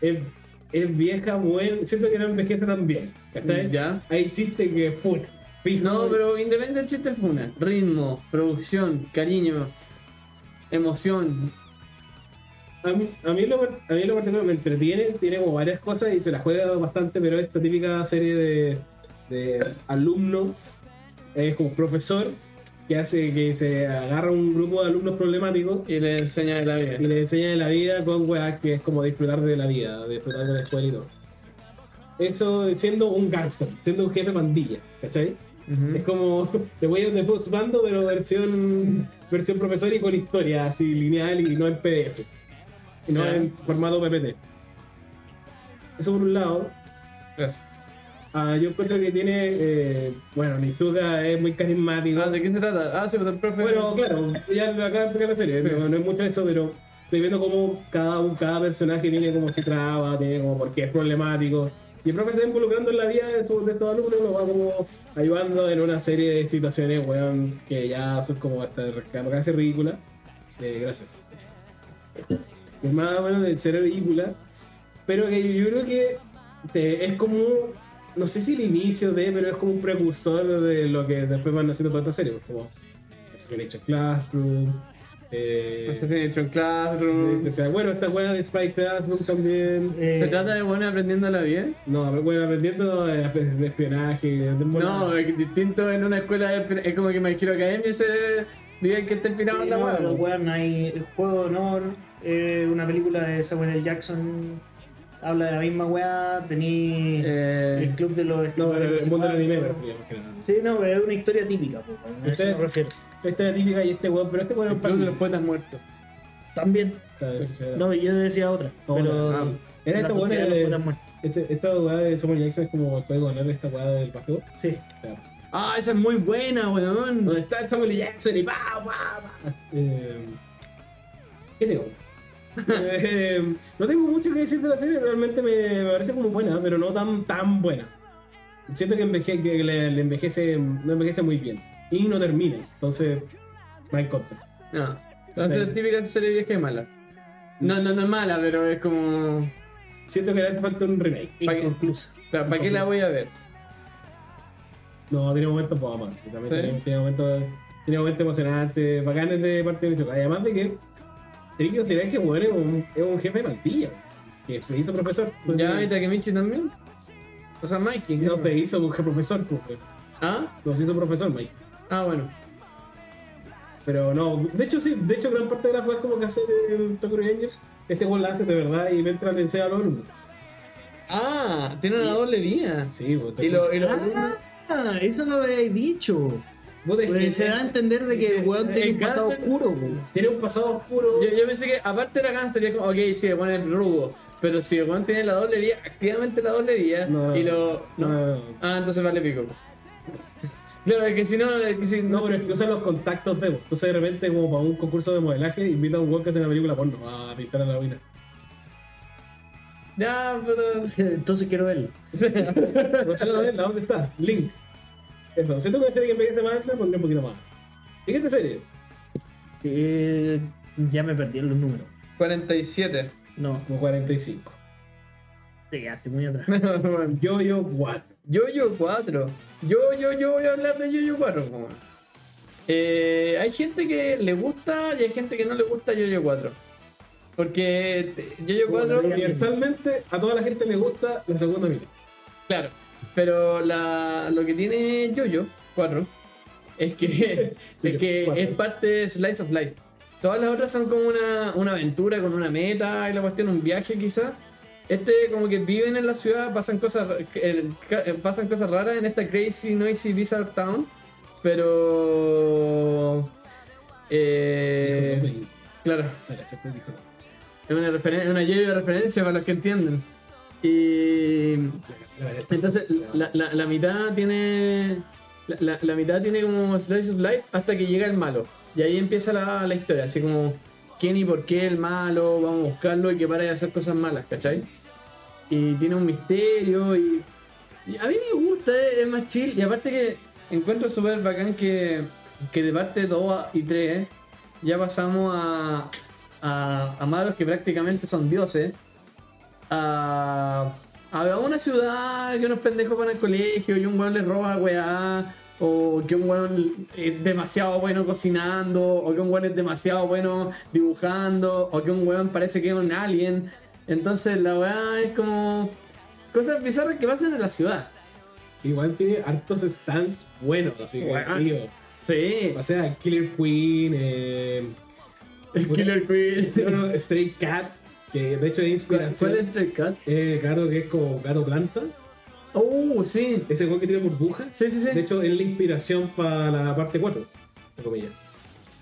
Es, es vieja, buena. Siento que no envejece tan bien. ¿Cachai? Ya. Hay chistes que. ¡pum! fijo. No, pero independiente del chiste es una. Ritmo, producción, cariño, emoción. A mí, a mí en lo, par- a mí en lo particular me entretiene, tiene como varias cosas y se la juega bastante, pero esta típica serie de, de alumno es como profesor que hace que se agarra un grupo de alumnos problemáticos Y le enseña de la y vida. le enseña de la vida con weas que es como disfrutar de la vida, disfrutar de la escuela y todo. Eso siendo un gangster, siendo un jefe pandilla, ¿cachai? Es Ujú. como The Way of the Boss Bando, pero versión, versión profesor y con historia así lineal y no en PDF. Y no Ya. en formato PPT. Eso por un lado. Gracias. Ah, yo encuentro que tiene. eh, bueno, Nizuka es muy carismático. Ah, ¿De qué se trata? Ah, sí, pero el profe. Bueno, claro, ya lo acaba de explicar la serie, no, no es mucho eso, pero estoy viendo cómo cada, un- cada personaje tiene como su traba, tiene como por qué es problemático. Y el profe se va involucrando en la vida de, su- de estos alumnos, los va como ayudando en una serie de situaciones, weón, que ya son como hasta casi ridículas. Eh, gracias. Es más o menos de ser ridícula. Pero que yo creo que te- es como, no sé si el inicio de, pero es como un precursor de lo que después van haciendo toda esta serie. pues, Como Assassination Classroom. Eh, Assassination Classroom. bueno, esta weá de Spike Classroom también. ¿Se trata de buena aprendiendo la vida? No, pero bueno, aprendiendo de, de espionaje, de, de No, eh, es distinto en una escuela, de pre- es como que me quiero academia se digan que está inspirado Sí, en la no, hueá. pero, weón, hay el juego de honor, eh, una película de Samuel L. Jackson habla de la misma weá, tení Eh, el club de los No, pero el mundo del anime me pero- refería más que nada. Sí, no, pero es una historia típica, po, weón, a eso Ustedes- me refiero. Esta es la típica y este weón, pero este weón es el un club de los patito. poetas muertos. También. Está, eso era. No, yo decía otra. No, pero no, no. Era esta la weón sociedad de los buenas de. muertes. Este, esta weá de Samuel Jackson es como el código de honor de esta weá del básquetbol. Sí. Claro. Ah, esa es muy buena, weón. Donde está el Samuel Jackson y pa, pa, pa. Eh, ¿Qué tengo? Eh, no tengo mucho que decir de la serie, realmente me, me parece como buena, pero no tan tan buena. Siento que, enveje- que le, le envejece, no envejece muy bien. Y no termina, entonces va en contra. Ah, No, la típica serie vieja es mala. No, no, no es mala, pero es como. Siento que le hace falta un remake. Pa' que- Inconclusa. ¿Para qué la voy a ver? No, tiene momentos bombas. También Sí. tiene, tiene momentos, tiene momentos emocionantes, bacanes de parte de Mizuka. Además de que, tenés que considerar que bueno, es un, es un jefe de plantilla, que se hizo profesor. Entonces, ¿Ya y Takemichi también? O sea, Mikey. ¿qué Pues No es? te hizo buscar profesor, pues, güey. ¿Ah? Nos hizo profesor, Mike. ah, bueno. Pero no, de hecho sí, de hecho gran parte de las cosas como que hace el Tokyo Rangers, este weón la hace de verdad y mientras le enseña a los alumnos. Ah, tiene una doble vía. Sí, pues, Y, lo, y los alumnos- Ah, eso no lo habéis dicho. Puta, es Porque que se da a entender de que el weón tiene un Encantan- pasado oscuro, weón. tiene un pasado oscuro. Yo, yo pensé que aparte de la gana sería como, ok, sí, bueno, el rubo. Pero si el weón tiene la doble vía, activamente la doble vía, No, y lo. No, no, no. Ah, entonces vale pico. Claro, es que si no, es que si No, pero es que usa los contactos de vos. Entonces de repente como para un concurso de modelaje invita a un weón que hace una película porno a pintar a la mina. Ya, pero. Entonces quiero verlo. No sé dónde, dónde está. Link. Eso. Siento que una serie que envejece más alta pondría un poquito más. Siguiente serie. Eh, ya me perdí en los números. 47. No, Como 45. te quedaste muy atrás. Yo, yo, 4. Yo-Yo 4. Yo, yo, yo voy a hablar de Yo-Yo 4. po, weón. Eh, hay gente que le gusta y hay gente que no le gusta Yo-Yo 4. Porque te- Yo-Yo 4, Universalmente, a toda la gente le gusta la segunda mitad. claro. Pero la, lo que tiene Yo-Yo 4 es que, es, que es parte de Slice of Life. Todas las otras son como una, una aventura con una meta y la cuestión, un viaje quizás. Este como que viven en la ciudad, pasan cosas, ra- el- ca- eh, pasan cosas raras en esta crazy, noisy, bizarre town, pero... Eh, claro, Pues es una, referen- es una llave de referencia para los que entienden. Y entonces, la, la- la mitad tiene. La, la- la mitad tiene como Slice of Life hasta que llega el malo. Y ahí empieza la, la historia, así como quién y por qué el malo, vamos a buscarlo y que para de hacer cosas malas, ¿cacháis? Y tiene un misterio y. y a mí me gusta, eh, es más chill. Y aparte que encuentro súper bacán que, que de parte 2 y 3 ya pasamos a, a, a malos que prácticamente son dioses a, a Ah, una ciudad que unos pendejos van al colegio y un weón les roba weá, o que un weón es demasiado bueno cocinando, o que un weón es demasiado bueno dibujando, o que un weón parece que es un alien. Entonces la weá es como cosas bizarras que pasan en la ciudad. Igual tiene hartos stands buenos, así que, Guau. tío. Sí, O sea, Killer Queen, eh, el Killer Queen. no, no, Stray Cat, que de hecho es ¿Cuál inspiración. cuál es Stray Cat? El gato que es como gato planta, Oh, sí. ese juego que tiene burbujas. Sí, sí, sí. De hecho, es la inspiración para la parte 4, entre comillas.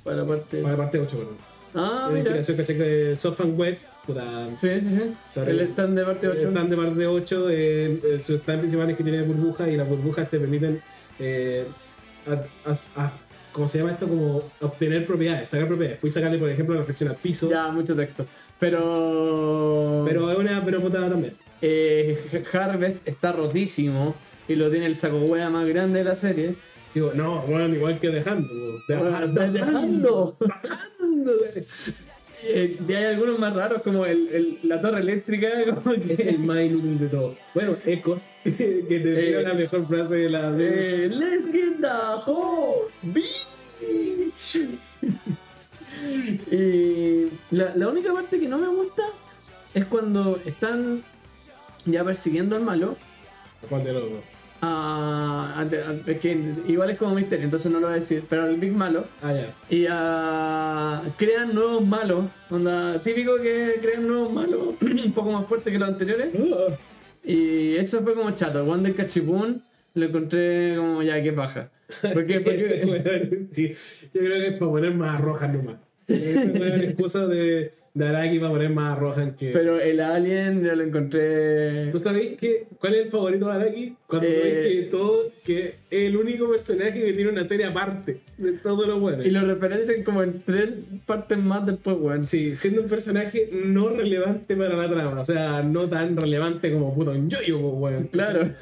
Para la parte. Para la parte 8, perdón. Ah, Es la mira. Sí, inspiración, ¿cachai? De Soft and Web, puta, sí, sí. Sorry. El stand de parte 8. El stand de parte 8, eh, eh, su stand principal es que tiene burbujas y las burbujas te permiten, eh, a- a- a- ¿cómo se llama esto? Como obtener propiedades, sacar propiedades. Puedes sacarle, por ejemplo, la fracción al piso, Ya, mucho texto. Pero. pero es una pero puta también. eh, Harvest está rotísimo y lo tiene el saco hueá más grande de la serie. Sí, bo- no, bueno, igual que dejando. bo. Bueno, Dejando. dejando. Eh, y hay algunos más raros como el, el- la torre eléctrica. Como que, Es el más inútil de todo. Bueno, Ecos, que te dio Eh. la mejor frase de la serie. Eh, let's get the whole bitch. Y la, la única parte que no me gusta es cuando están ya persiguiendo al malo. Juan de Lobo. a- Ah, ante- a- es que igual es como misterio, entonces no lo voy a decir. Pero el Big Malo. Ah, ya. Y ah, crean nuevos malos. Onda, típico que crean nuevos malos un poco más fuertes que los anteriores. Uh, Y eso fue como chato. El one del cachipún lo encontré como ya que baja. Porque, este porque weón, sí, yo creo que es para poner más rojas nomás. Esa es una excusa de, de Araki para poner más rojas que. pero el alien yo lo encontré. ¿Tú sabéis que, cuál es el favorito de Araki? Cuando Eh. ves que todo, que es el único personaje que tiene una serie aparte de todos los buenos. Y lo referencian como en tres partes más después, weón. Sí, siendo un personaje no relevante para la trama, o sea, no tan relevante como puto en Yoyo, pues, weón. Claro.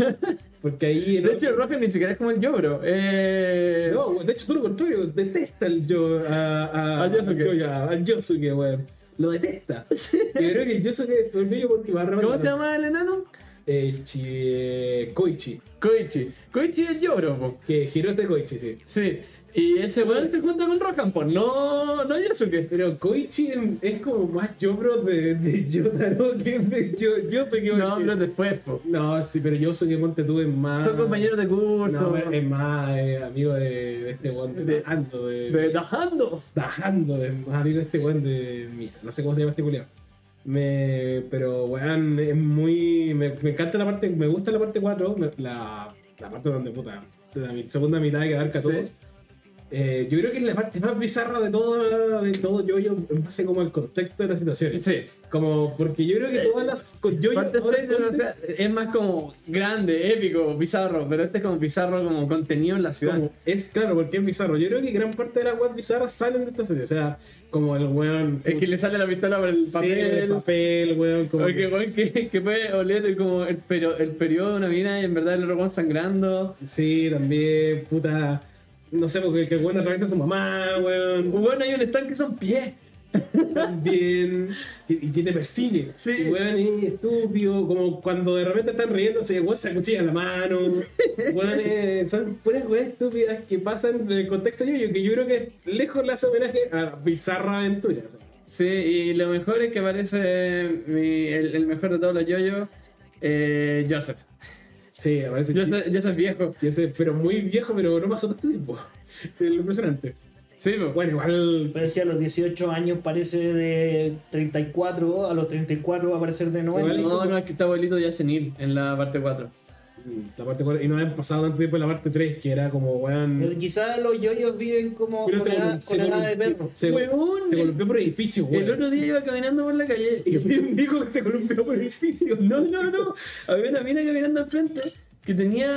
Porque ahí. De hecho, Roger ni siquiera es como el yo, bro. Eh, No, weón, de hecho, todo lo contrario, detesta al yo, a, a- Al Yosuke. Yoyo, a- al Yosuke, weón. Lo detesta. Yo creo que el Yosuke es por medio porque va a ¿Cómo rematar. se llama el enano? Eh, chi, eh, Koichi. Koichi. Koichi es yo, bro. po. Que Hirose Koichi, sí. Sí. Y ese weón se junta con Rohan, pues no, no Yasuke. Pero Koichi es como más Yobro de, de Yotaro que de yo, Yosuke. No, porque- pero después, po. No, sí, pero Yosuke Monte tuve más. Son compañeros de curso. Ah. No, pero es más eh, amigo de, de este weón de Dajando. De, De Dajando. Dajando, de, más amigo de este weón de. Mira, no sé cómo se llama este culiao. Me, pero weón, es muy. Me, me encanta la parte. Me gusta la parte 4, me- la, la parte donde puta. La mi- segunda mitad que abarca Sí. todo. Eh, yo creo que es la parte más bizarra de todo, de todo yo, yo en base como al contexto de las situaciones. Sí. Eh, Como, porque yo creo que todas las con yo, Parte 6 de la ciudad es más como grande, épico, bizarro, pero este es como bizarro como contenido en la ciudad. Como, es claro, porque es bizarro. Yo creo que gran parte de las weas bizarras salen de esta serie. O sea, como el weón. Es que le sale la pistola por el Sí, el papel. papel, weón. Como Porque, weón, que, que puede oler como el, pero, el periodo de una mina y en verdad el otro weón sangrando. que- Sí, también, puta. No sé, porque el que el weón atraviesa a su mamá, weón. Bueno, hay un stand que son pies. También. Y, y que te persigue. Sí. Y, Weón, es estúpido. Como cuando de repente están riéndose, el weón se acuchilla la mano. Weón, eh, son puras weas estúpidas que pasan en el contexto yo, yo que yo creo que lejos le hace homenaje a Bizarra Aventura. o sea. Sí, y lo mejor es que parece mi- el, el mejor de todos los yoyos, eh, Joseph. Sí, aparece. Joseph. Joseph viejo. Y ese, pero muy viejo, pero no pasó tanto tiempo. Es lo impresionante. Sí, po. Bueno, igual. Parece a los 18 años, parece de 34, a los 34 va a parecer de 90. No, no, es que está abuelito ya senil en la parte 4. La parte cuatro- y no habían pasado tanto tiempo en la parte 3, que era como, Pero weón. quizás Eh, los yoyos viven como Pero con, este se volum- edad, con se edad de volum- perro. Se, Weón. se golpeó por edificios, El weón. otro día iba caminando por la calle Y bien dijo que se golpeó por edificios. No, no, no. Había una mina caminando al frente que tenía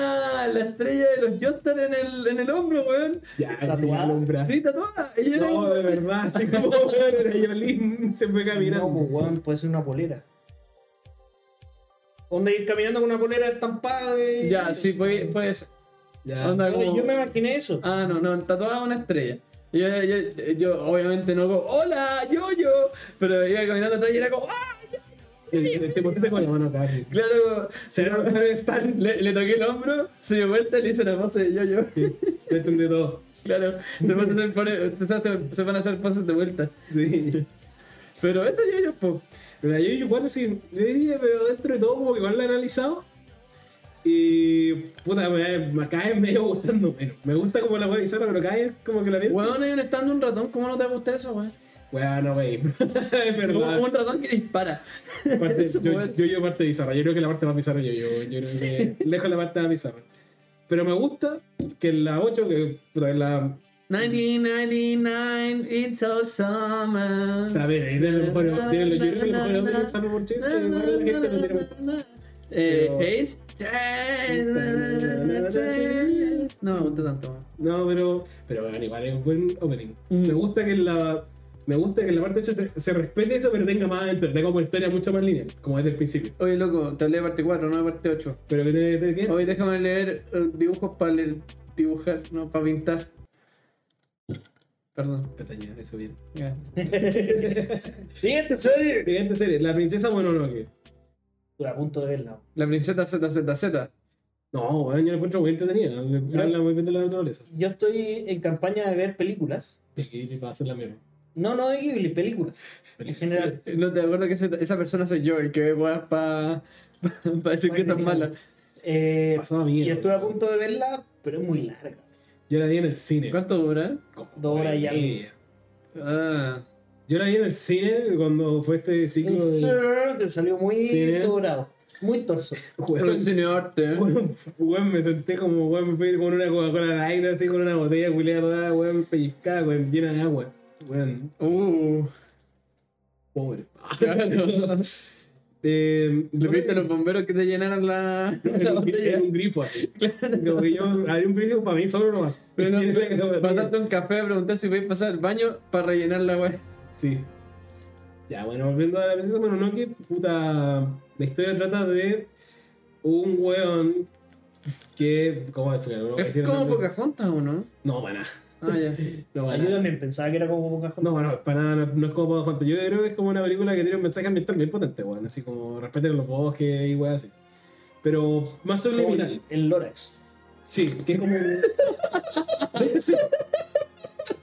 la estrella de los Jostar en el, en el hombro, weón. Ya, Tatuada. el hombre así. Sí, tatuada. Ella era No, como- de verdad, así como, weón, era Yolín, se fue caminando. No, pues weón, puede ser una polera. Onda ir caminando con una polera estampada de... Ya, sí, puede, puede ser. eh. Ya. Onda, Yo, como- yo me imaginé eso. Ah, no, no, tatuada una estrella. Y Yo, yo, yo, obviamente no como, hola, yo, yo. Pero iba caminando atrás y era como, ¡ah! yo". eh, Te te pusiste con la mano acá. así. Claro, Se era una están. le, le toqué el hombro, se dio vuelta y le hice una pose de yo, yo. Yo entendí todo. Claro, después se, pone- se- se van a hacer poses de vuelta. Sí. Pero eso yo, yo, po. La Yoyo 4 sí, yo diría, pero dentro de todo como que igual la he analizado. Y puta, me, me cada vez me iba gustando menos. Me gusta como la wea bizarra, pero cada vez como que la pienso. Weón, hay un stand de un ratón, ¿cómo no te va a gustar eso, weón? Weón, no wey. es verdad. Como un ratón que dispara. Parte- Eso, yo, weón. yo, yo parte bizarra. Yo creo que la parte más bizarra yo, yo, yo creo que lejos la parte más bizarra. Pero me gusta que en la 8, que puta, en la. 1999, it's all summer. A ver, tiene los mejores. Tiene los, yo creo que los mejores hombres de Salvo por Chase, que igual la gente no tiene mucho. Eh, Pero- Chase. Chase. No me gusta tanto. No, pero, pero bueno, igual es un buen opening. Mm. Me gusta que en la me gusta que en la parte 8 se, se respete eso, pero tenga más adentro, tenga como historia mucho más lineal, como desde el principio. Oye, loco, te hablé de parte 4, no de parte 8. Pero que tiene que tener que. Oye, déjame leer eh, dibujos para dibujar, no, para pintar. Perdón. Pestaña, eso bien. ya. Siguiente serie. Siguiente serie, La Princesa Mononoke. Estuve a punto de verla. La princesa ZZZ. No, bueno, yo la encuentro muy entretenida. Habla muy bien de la naturaleza. Yo estoy en campaña de ver películas. Y va a ser la mierda. No, no de Ghibli, películas. En general. No te acuerdo que ese- esa persona soy yo, el que ve weas para decir que son malas. Eh, Pasaba y mierda. estuve a punto de verla, pero es muy larga. Yo la vi en el cine. ¿Cuánto dura? Como Dos horas y hora media. algo. Ah, Yo la vi en el cine cuando fue este ciclo de. Te salió muy Sí. dorado. Muy torso. pero el cine arte. ¿eh? Weón, weón, me senté como, weón, me fui con una Coca-Cola al aire, así con una botella culiada, rodada, weón, pellizcada, weón, llena de agua. Weón, Uh, pobre. claro. Eh, Le yo- viste a los bomberos que te llenaron la, la era un, gri- era botella. un grifo así. Como que yo abrí un grifo para mí solo nomás. Pero no- Y era la botella. Pasaste un café a preguntar si podéis pasar al baño para rellenar la wea. Sí. Ya, bueno, volviendo a la princesa Mononoke, puta. La historia trata de un weón que. ¿Cómo explicarlo? No voy a decir ¿Es el como nombre. Pocahontas o no? No, para nada. Ah, ya. No, para Yo nada. también pensaba que era como Pocahontas. No, bueno, para nada, no, no es como Pocahontas. Yo creo que es como una película que tiene un mensaje ambiental bien potente, weón. Así como respeten los bosques y weón así. Pero más Como subliminal. el, el Lorax. Sí, que es como. ¿Viste? Sí.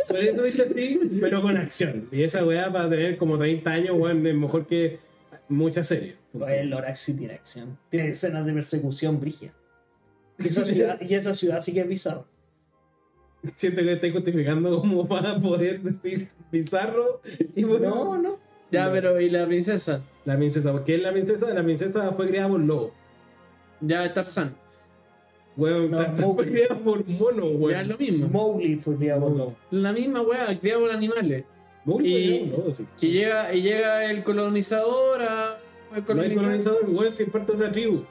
Por eso viste así, pero con acción. Y esa weá para tener como 30 años, weón, es mejor que muchas series. El Lorax sí tiene acción. Tiene escenas de persecución brigia. Y esa ciudad, y esa ciudad sí que es bizarra. Siento que estoy justificando como para poder decir bizarro. Y bueno, No, no. Ya, No. pero ¿y la princesa? la princesa, ¿por qué es la princesa? La princesa fue creada por lobo. Ya, Tarzán. Weón, No, Tarzán fue Mowgli. creada por mono, Ya es weón. lo mismo. Mowgli fue criado por lobo. La misma wea, criado por animales. Mowgli fue Y- creada por lobo, sí. Y llega, y llega el colonizador a. el No hay colonizador. colonizador, weón, se imparte otra tribu.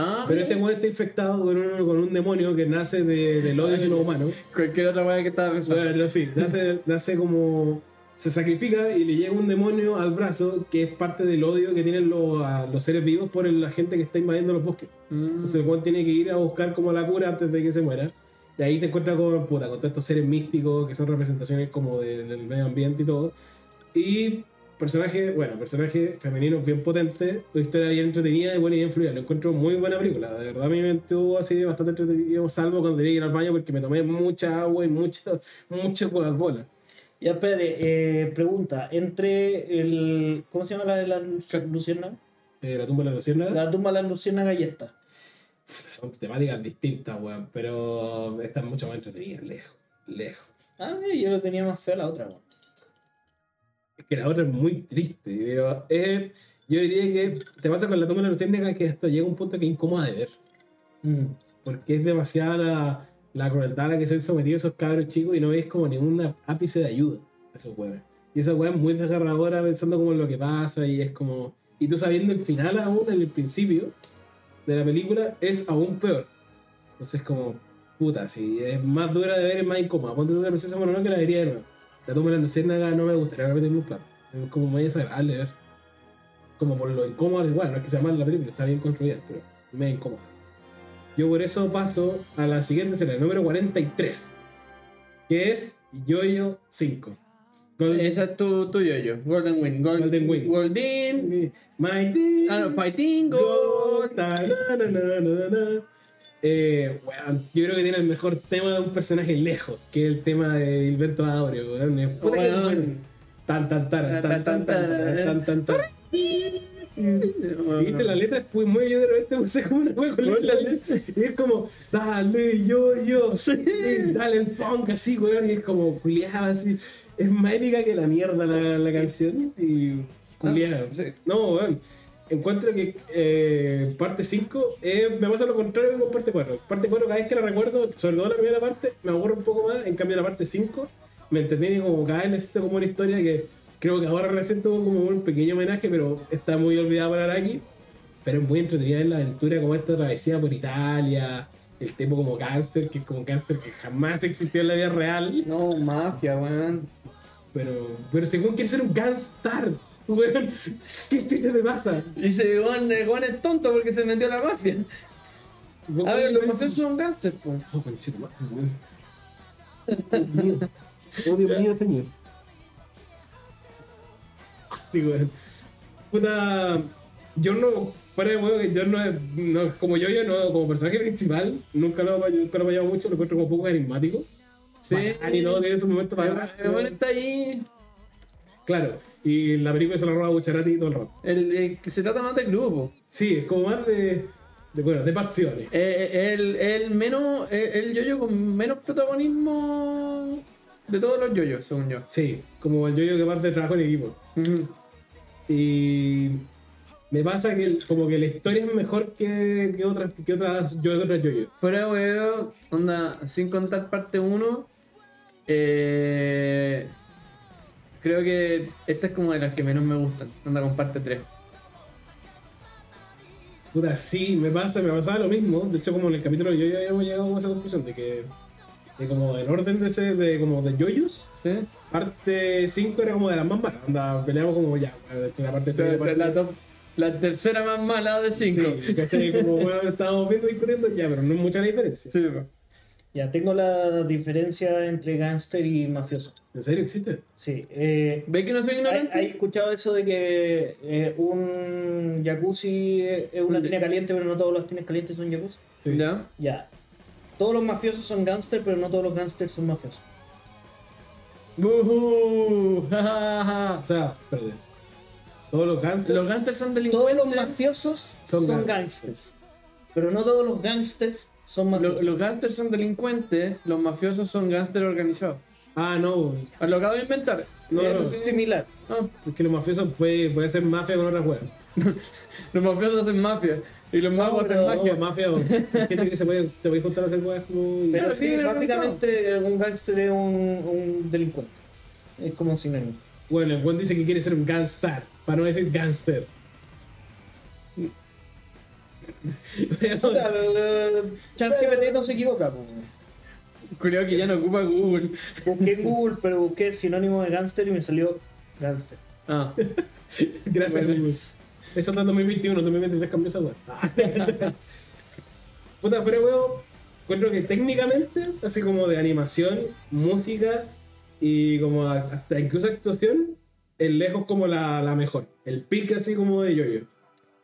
Ah, Pero este weón está infectado con un, con un demonio que nace de- del odio de los humanos. cualquier otra wea que estaba pensando. Bueno, sí, nace, nace como. Se sacrifica y le llega un demonio al brazo que es parte del odio que tienen los, a los seres vivos por el- la gente que está invadiendo los bosques. Mm. Entonces el Juan tiene que ir a buscar como la cura antes de que se muera. Y ahí se encuentra con, puta, con todos estos seres místicos que son representaciones como del, del medio ambiente y todo. Y personaje, bueno, personaje femenino bien potente, una historia bien entretenida y buena y bien fluida. Lo encuentro muy buena película. De verdad a mí me estuvo así bastante entretenido, salvo cuando tenía que ir al baño porque me tomé mucha agua y mucha, mucha Coca-Cola. Ya, espérate, eh, pregunta. Entre el. ¿Cómo se llama la de la Luciana? Eh, la tumba de la luciérnaga. La tumba de la Luciana Galleta. Son temáticas distintas, weón, pero esta es mucho más entretenida, lejos, lejos. Ah, mira, yo lo tenía más fea la otra, weón. Es que la otra es muy triste. Pero eh, yo diría que te pasa con la toma de la luciérnaga que hasta llega un punto que es incómoda de ver. Mm. Porque es demasiada la, la crueldad a la que se han sometido esos cabros chicos y no veis como ningún ápice de ayuda a esos huevos. Y esa hueá es muy desgarradora pensando como en lo que pasa y es como... Y tú sabiendo el final aún, en el principio de la película, es aún peor. Entonces como, puta, si es más dura de ver, es más incómoda. Ponte tú la princesa Mononoke que la vería de nuevo. La toma de la luciérnaga no me gustaría repetirme un plato. Es como muy desagradable de ver. Como por lo incómodo, igual, no es que sea mala la película, está bien construida, pero me incómoda. Yo por eso paso a la siguiente escena, el número 43, que es Yoyo 5. Gol- Esa es tu, tu yo-yo. Golden Wing. Gol- Golden Wing. Ah, Golden. My dear Ah, no, Fighting Gold. Gold. Ah, Ta- na, na, na, na, na. Eh, weón, yo creo que tiene el mejor tema de un personaje lejos, que es el tema de Ilvento Aureo. weón. Es puta que es Weón. bueno. Tan tan taran, tan tan tan tan tan tan. Y viste, la letra es muy muy yo de repente puse como una hueá con la letra. Y es como, dale, yo, yo, sí, dale el funk así, weón. Y es como, culiaba así. Es más épica que la mierda la, la canción. Y culiaba. Ah, sí. No, weón. Encuentro que eh, parte 5 eh, me pasa lo contrario que con parte 4. Parte 4, cada vez que la recuerdo, sobre todo la primera parte, me aburro un poco más. En cambio, la parte 5 me entretiene como cada vez necesito como una historia que creo que ahora le siento como un pequeño homenaje, pero está muy olvidada para Araki pero es muy entretenida en la aventura como esta travesía por Italia, el tipo como gangster, que es como un gangster que jamás existió en la vida real. No, mafia, weón. Pero, pero según quiere ser un Gunstar, weón. ¿Qué chucha te pasa? Dice, Juan, el Juan es tonto porque se metió a la mafia. A ver, los mafiosos son gángsters, pues. Oh, conchetumare, weón. Dios mío. Oh, Dios mío, señor. Sí, weón. Puta. Yo no. Fuera de huevo, que yo no, no. Como yo, yo no. Como personaje principal, nunca lo he nunca lo he apoyado mucho. Lo encuentro como poco carismático. Sí. Ani todo tiene su momento para atrás. El Juan está ahí. Claro. Y la película se la roba a Bucharati todo el rato. El, el que se trata más del grupo. Sí, es como más de. de bueno, de pasiones. Eh, el, el menos. El, el yoyo con menos protagonismo de todos los yoyos, según yo. Sí, como el yo-yo que parte de trabajo en equipo. Y me pasa que el- como que la historia es mejor que, que otras que otras yo que otras yo, yo. Fuera de huevo, onda, sin contar parte 1, creo que esta es como de las que menos me gustan, onda con parte 3. Puta, sí, me pasa, me pasaba lo mismo. De hecho, como en el capítulo de yo, yo habíamos llegado a esa conclusión de que de como en orden de ese, de como de yoyos, ¿Sí? parte 5 era como de las más malas. Onda, peleamos como ya, bueno, la parte La, 3 la top- la tercera más mala de 5. Sí, ¿cachai? Como bueno, estábamos viendo discutiendo ya, pero no es mucha la diferencia. Ya tengo la diferencia entre gángster y mafioso. ¿En serio existe? Sí. eh, ¿Ve que no soy ¿hay, ignorante? hay escuchado eso de que eh, un jacuzzi es es una tina caliente, pero no todos los tines calientes son jacuzzi? Sí. ¿Ya? Ya. Todos los mafiosos son gángster, pero no todos los gángsters son mafiosos. ¡Bujú! ¡Ja, ja, ja! O sea, espérate. Todos los gangsters. Los gangsters son Todos los delincuentes. mafiosos Son gangsters. son, gángsters. Pero no todos los gángsters son Lo- mafiosos. los gangsters son delincuentes, los mafiosos son gangsters organizados. Ah, no, Lo acabo de inventar. No, Eh, no, es sí. similar. No, es que los mafiosos puede, puede ser mafia con otras weas. Los mafiosos hacen mafia. Y los magos hacen pero- Mafia, magia. mafia, o gente que se puede, te puede juntar a hacer weas como. Pero Claro, sí, sí, en el básicamente un gángster es un, un delincuente. Es como un sinónimo. Bueno, el buen dice que quiere ser un gangstar, para no decir gangster. Puta, eh, ChatGPT no se equivoca. po. Creo que ya no ocupa Google. Busqué en Google, pero busqué sinónimo de gángster y me salió gángster. Ah, Gracias, Bueno. amigo. Eso está en 2021, 2023 cambió esa wea. Puta, pero weón, encuentro que técnicamente, así como de animación, música y como a- hasta incluso actuación, es lejos como la, la mejor. El pique así como de yoyo.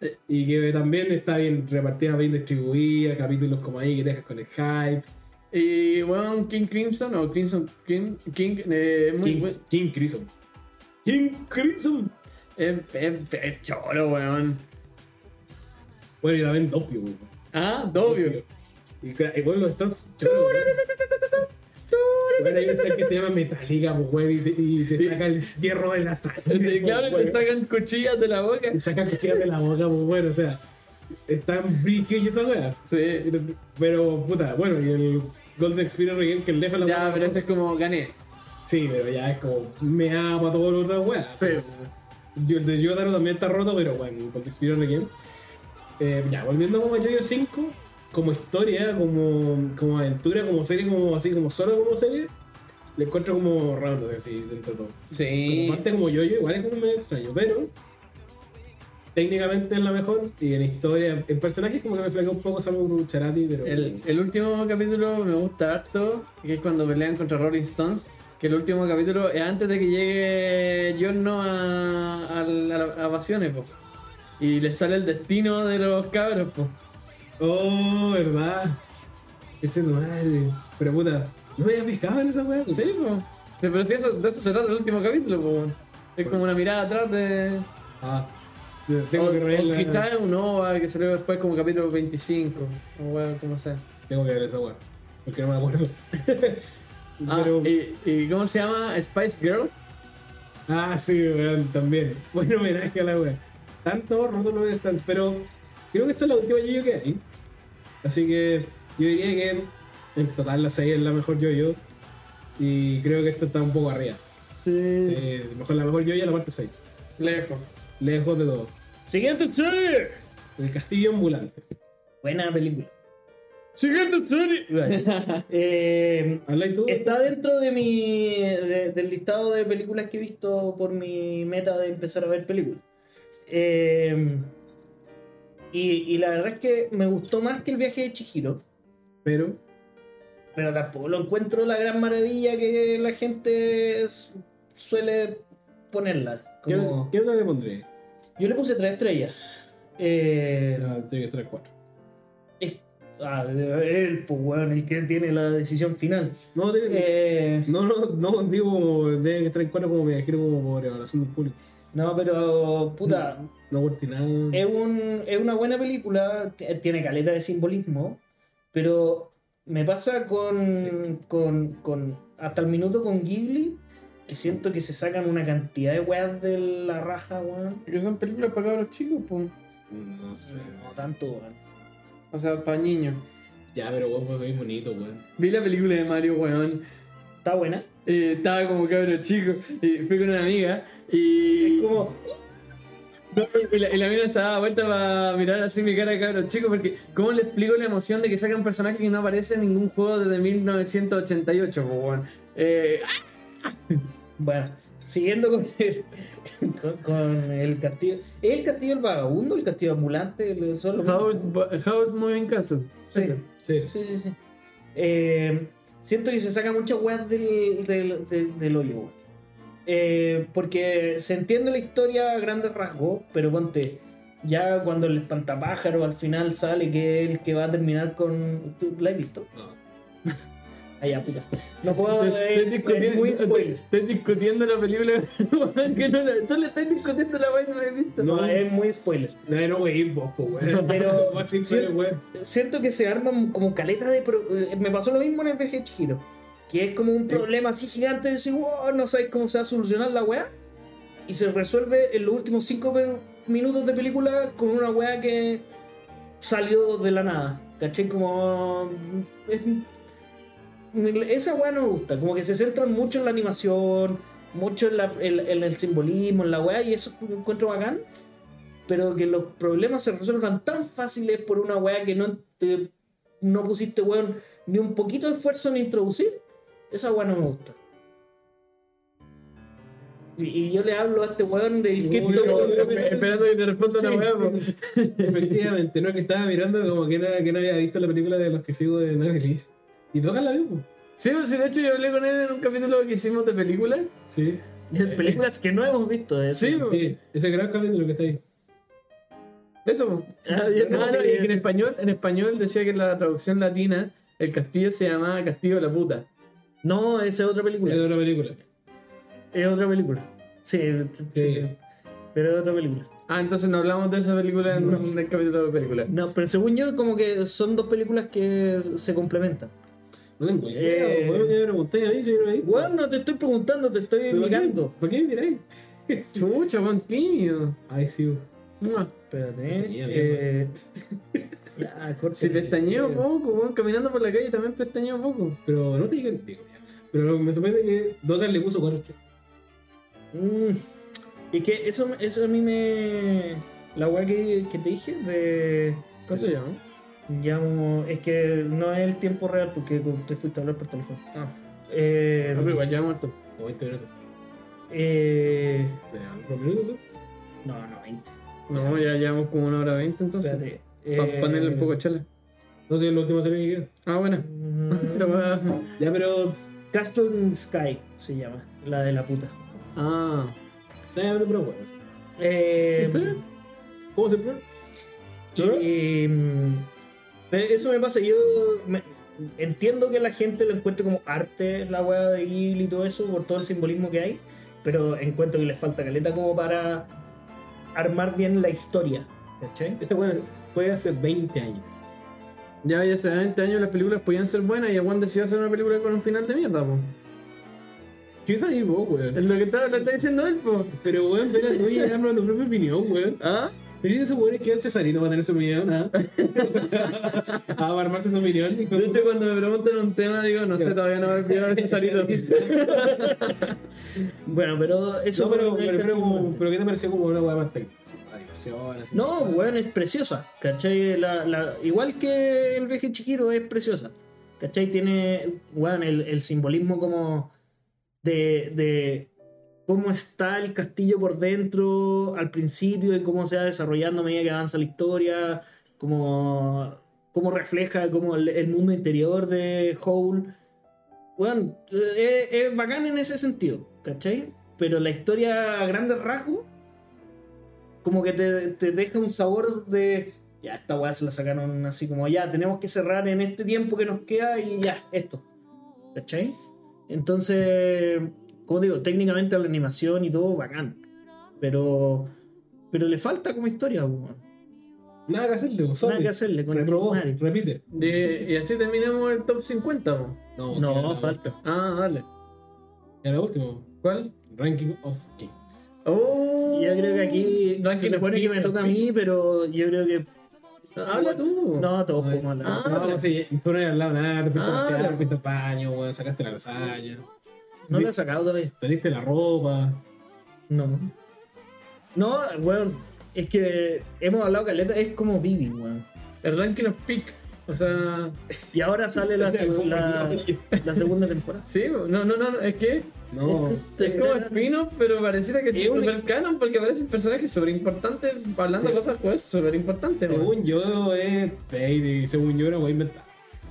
Eh. Y que también está bien repartida, bien distribuida, capítulos como ahí que te dejas con el hype. y bueno, King Crimson o Crimson King, King eh, es muy King, buen- King Crimson. King Crimson. Es, es- es choro, weón. Bueno, y también Doppio, weón. Ah, Dobio. Y cra- y bueno, lo estás. choro, weón. Bueno, hay un tal que se llama Metallica, pues, weón, y te, y te saca el hierro de la sangre. Este, pues, Claro, weón. te sacan cuchillas de la boca. Te saca cuchillas de la boca, pues, bueno, o sea, están brígidos y esa weá. Sí. Pero, puta, bueno, y el Golden Experience Reggae, que el lejos la Ya, weá- pero eso es como gané. Sí, pero ya es como me para todo lo otra weá. Sí. Yo- El de Yotaro también está roto, pero bueno, con Experience Requiem. Eh, ya, volviendo como a Yoyo 5, como historia, como, como aventura, como serie, como así, como solo como serie, le encuentro como raro, así, dentro de todo. Como Sí. parte como Yoyo, igual es como medio extraño, pero técnicamente es la mejor y en historia, en personajes como que me flaquea un poco, salvo con Charati, pero. El, el último capítulo me gusta harto, que es cuando pelean contra Rolling Stones. Que el último capítulo es antes de que llegue John No a, a, a, a Pasiones, po. Y les sale el destino de los cabros, po. Oh, verdad. Este es madre. Pero puta, no me había pescado en esa weá. pues. Sí, po. Sí, Pero si eso, de eso se trata el último capítulo, po. Es como una mirada atrás de. Ah, tengo o- que o reírla. Quizás es un OVA que salió después como capítulo 25. O weón, como sea. Tengo que ver esa weá. Porque no me acuerdo. Ah, Pero- y, y cómo se llama? Spice Girl. Ah, sí, weón, también. Buen homenaje a la weá. Tanto roto los stands, pero creo que esta es la última yo-yo que hay. Así que yo diría que en total la 6 es la mejor yo-yo. Y creo que esta está un poco arriba. Sí. Eh, mejor, la mejor yo-yo es la parte 6. Lejos. Lejos de todo. Siguiente serie. El castillo ambulante. Buena película. Siguiente serie. Eh, ¿Habláis tú? está dentro de mi de, de- del listado de películas que he visto por mi meta de empezar a ver películas. Eh, y, y la verdad es que me gustó más que el viaje de Chihiro, Pero, pero tampoco lo encuentro la gran maravilla que la gente su- suele ponerla. ¿qué, Como- ¿qué nota le pondré? Yo le puse tres estrellas. Eh, Ah, Tiene que estar en 4. es- ah, él, pues, weón, el que tiene la decisión final. No, tiene- Eh, no, no, no, digo como debe que estar en 4 como me dijeron como por evaluación del público. no, pero puta, No aporté nada. es, un- es una buena película, t- tiene caleta de simbolismo, pero me pasa con, con, con- hasta el minuto con Ghibli, que siento que se sacan una cantidad de weas de la raja, weón. Porque son películas para cabros chicos, pues. No sé. No tanto, weón. O sea, para niños. Ya, pero weón, fue muy bonito, weón. Vi la película de Mario, weón. Está buena. Eh, estaba como cabro chico. Y fui con una amiga. Y. Es como, No, Y la, y la mina se daba vuelta para mirar así mi cara de cabro chico, porque ¿cómo le explico la emoción de que saca un personaje que no aparece en ningún juego desde 1988? po, weón? Eh, bueno, siguiendo con el, con, con el castillo. ¿Es el castillo el vagabundo, el castillo ambulante? El- son los House, House Moving Castle. Sí. Eso. Sí. Sí, sí, sí. Eh, siento que se saca muchas weas del, del, del, del hoyo, weón. Eh, porque se entiende la historia a grandes rasgos, pero ponte, ya cuando el espantapájaro al final sale que es el que va a terminar con. ¿Tú la has visto? No. Allá, puta. No puedo. Estoy- es- estoy es muy discutiendo- spoiler. Estoy discutiendo la película. weón, que no la- Tú le estás discutiendo la weá que no la he visto. No. No, Ah, es muy spoiler. No, no, weón, vos, po, weón. Pero- Vos sí, Sí. weón. siento que se arman como caleta de. pro- eh, Me pasó lo mismo en el viaje de Chihiro. Que es como un problema así gigante de decir, wow, no sabes cómo se va a solucionar la weá. Y se resuelve en los últimos 5 minutos de película con una weá que salió de la nada. ¿Caché? Como. es- Esa weá no me gusta. Como que se centran mucho en la animación, mucho en, la- en- en el simbolismo, en la weá, y eso lo encuentro bacán pero que los problemas se resuelvan tan fáciles por una weá que no te- no pusiste weón ni un poquito de esfuerzo en introducir, esa weá no me gusta. Y, y yo le hablo a este weón del Uy, cripto- no, no, Espe- Esperando que te responda Sí, la weá. po. sí. Efectivamente, no, que estaba mirando como que no, que no había visto la película de los que sigo de Nani List. Y toca la vimos. Sí, sí, de hecho yo hablé con él en un capítulo que hicimos de película. Sí, películas que no hemos visto. eh. Sí, po. sí, ese gran capítulo que está ahí. Eso. po. Ah, yo no Ah, no, sé. y que en español, en español decía que en la traducción latina el castillo se llamaba Castillo de la Puta. No, esa es otra Es película. otra película. Es otra película. Sí, sí, sí. pero es otra película. Ah, entonces no hablamos de esa película en en el capítulo de película. No, pero según yo, como que son dos películas que se complementan. No tengo Eh. idea, weón, que me preguntáis a mí si yo no la he visto. Weón, no te estoy preguntando, te estoy ¿Pero ¿Para qué, mirando. ¿Para qué me miráis? Mucho, buen tímido. Ay, sí, weón. Mua. Espérate. Tenía eh, ya, Ah, corte. Si pestañeo poco, weón, caminando por la calle también pestañeo poco. pero no te digan pico ya. Pero me sorprende que Dogan le puso 4 Mm, y que eso, eso a mí me. La weá que, que te dije de. ¿Cuánto llevamos? Ah, Llamo. Es que no es el tiempo real porque te fuiste a hablar por teléfono. Ah. Eh, No, pero igual llevamos harto. o 20 minutos. eh, ¿Te dan por minutos? no, no, 20. No, ya llevamos como una hora veinte entonces. Espérate. Para eh, ponerle un poco de charla. No sé, es la última serie que queda. Ah, bueno. mm, Otra weá. Ya, pero. Castle in Sky se llama, la de la puta. Ah. Está llamando por weón. Eh, Espera. ¿Cómo se prueba? Y, mm, pero eso me pasa. Yo me- entiendo que la gente lo encuentre como arte, la weá de Ghibli y todo eso, por todo el simbolismo que hay. Pero encuentro que les falta caleta como para armar bien la historia. ¿Cachai? Esta weón fue hace 20 años. Ya, ya hace 20 años las películas podían ser buenas y Juan decidió hacer una película con un final de mierda, po. Quizás ahí vos, weón. Es lo que está, lo está diciendo él, po. Pero weón, ven a tú y dame tu propia opinión, weón. ¿Ah? Pero esos weones que el Cesarino va a tener su opinión, ¿ah? ah, va a armarse su opinión. hijo De de hecho, cuando me preguntan un tema, digo, no sé, todavía no me olvidado de Cesarito. Bueno, pero eso. No, pero, fue pero, el pero, castillo como- antes. pero ¿qué te pareció como una hueá más técnica? Así, animación, así. No, weón, es preciosa, ¿cachai? La, la- igual que el viaje Chihiro es preciosa, ¿cachai? Tiene, weón, el, el simbolismo como de, de cómo está el castillo por dentro al principio y cómo se va desarrollando a medida que avanza la historia, cómo, cómo refleja como el, el mundo interior de Howl. Bueno, eh, es, bacán en ese sentido, ¿cachai? Pero la historia a grandes rasgos, como que te, te deja un sabor de. Ya, esta weá se la sacaron así como, ya, tenemos que cerrar en este tiempo que nos queda y ya, esto. ¿Cachai? Entonces, como digo, técnicamente la animación y todo, bacán. Pero, pero le falta como historia, weón. Nada que hacerle, vos, Nada sorry. que hacerle con el Reprobó, Chumari. repite. De- y así terminamos el top 50, po. queda No, la- falta. Ah, dale. Queda la última. ¿Cuál? Ranking of Kings. Oh, Yo creo que aquí No, es se que supone que me toca a mí, pero yo creo que. Habla tú. No, todos Ay. podemos hablar. Ah, no, la- sí, tú no has hablado nada, te fuiste a Ah, pasear, la- fuiste al baño, weón, sacaste la lasaña, No lo he sacado todavía. teniste la ropa. No. No, weón. Es que hemos hablado caleta, es como Vivi, weón. El ranking of pick. O sea, Y ahora sale la, la, la segunda temporada. sí, no, no, no, no, es que No, Es que es como spin-off, pero pareciera que es Es un- super canon porque aparecen personajes súper importantes hablando cosas pues súper importantes. weón. según yo es Baby, según yo era voy a inventar.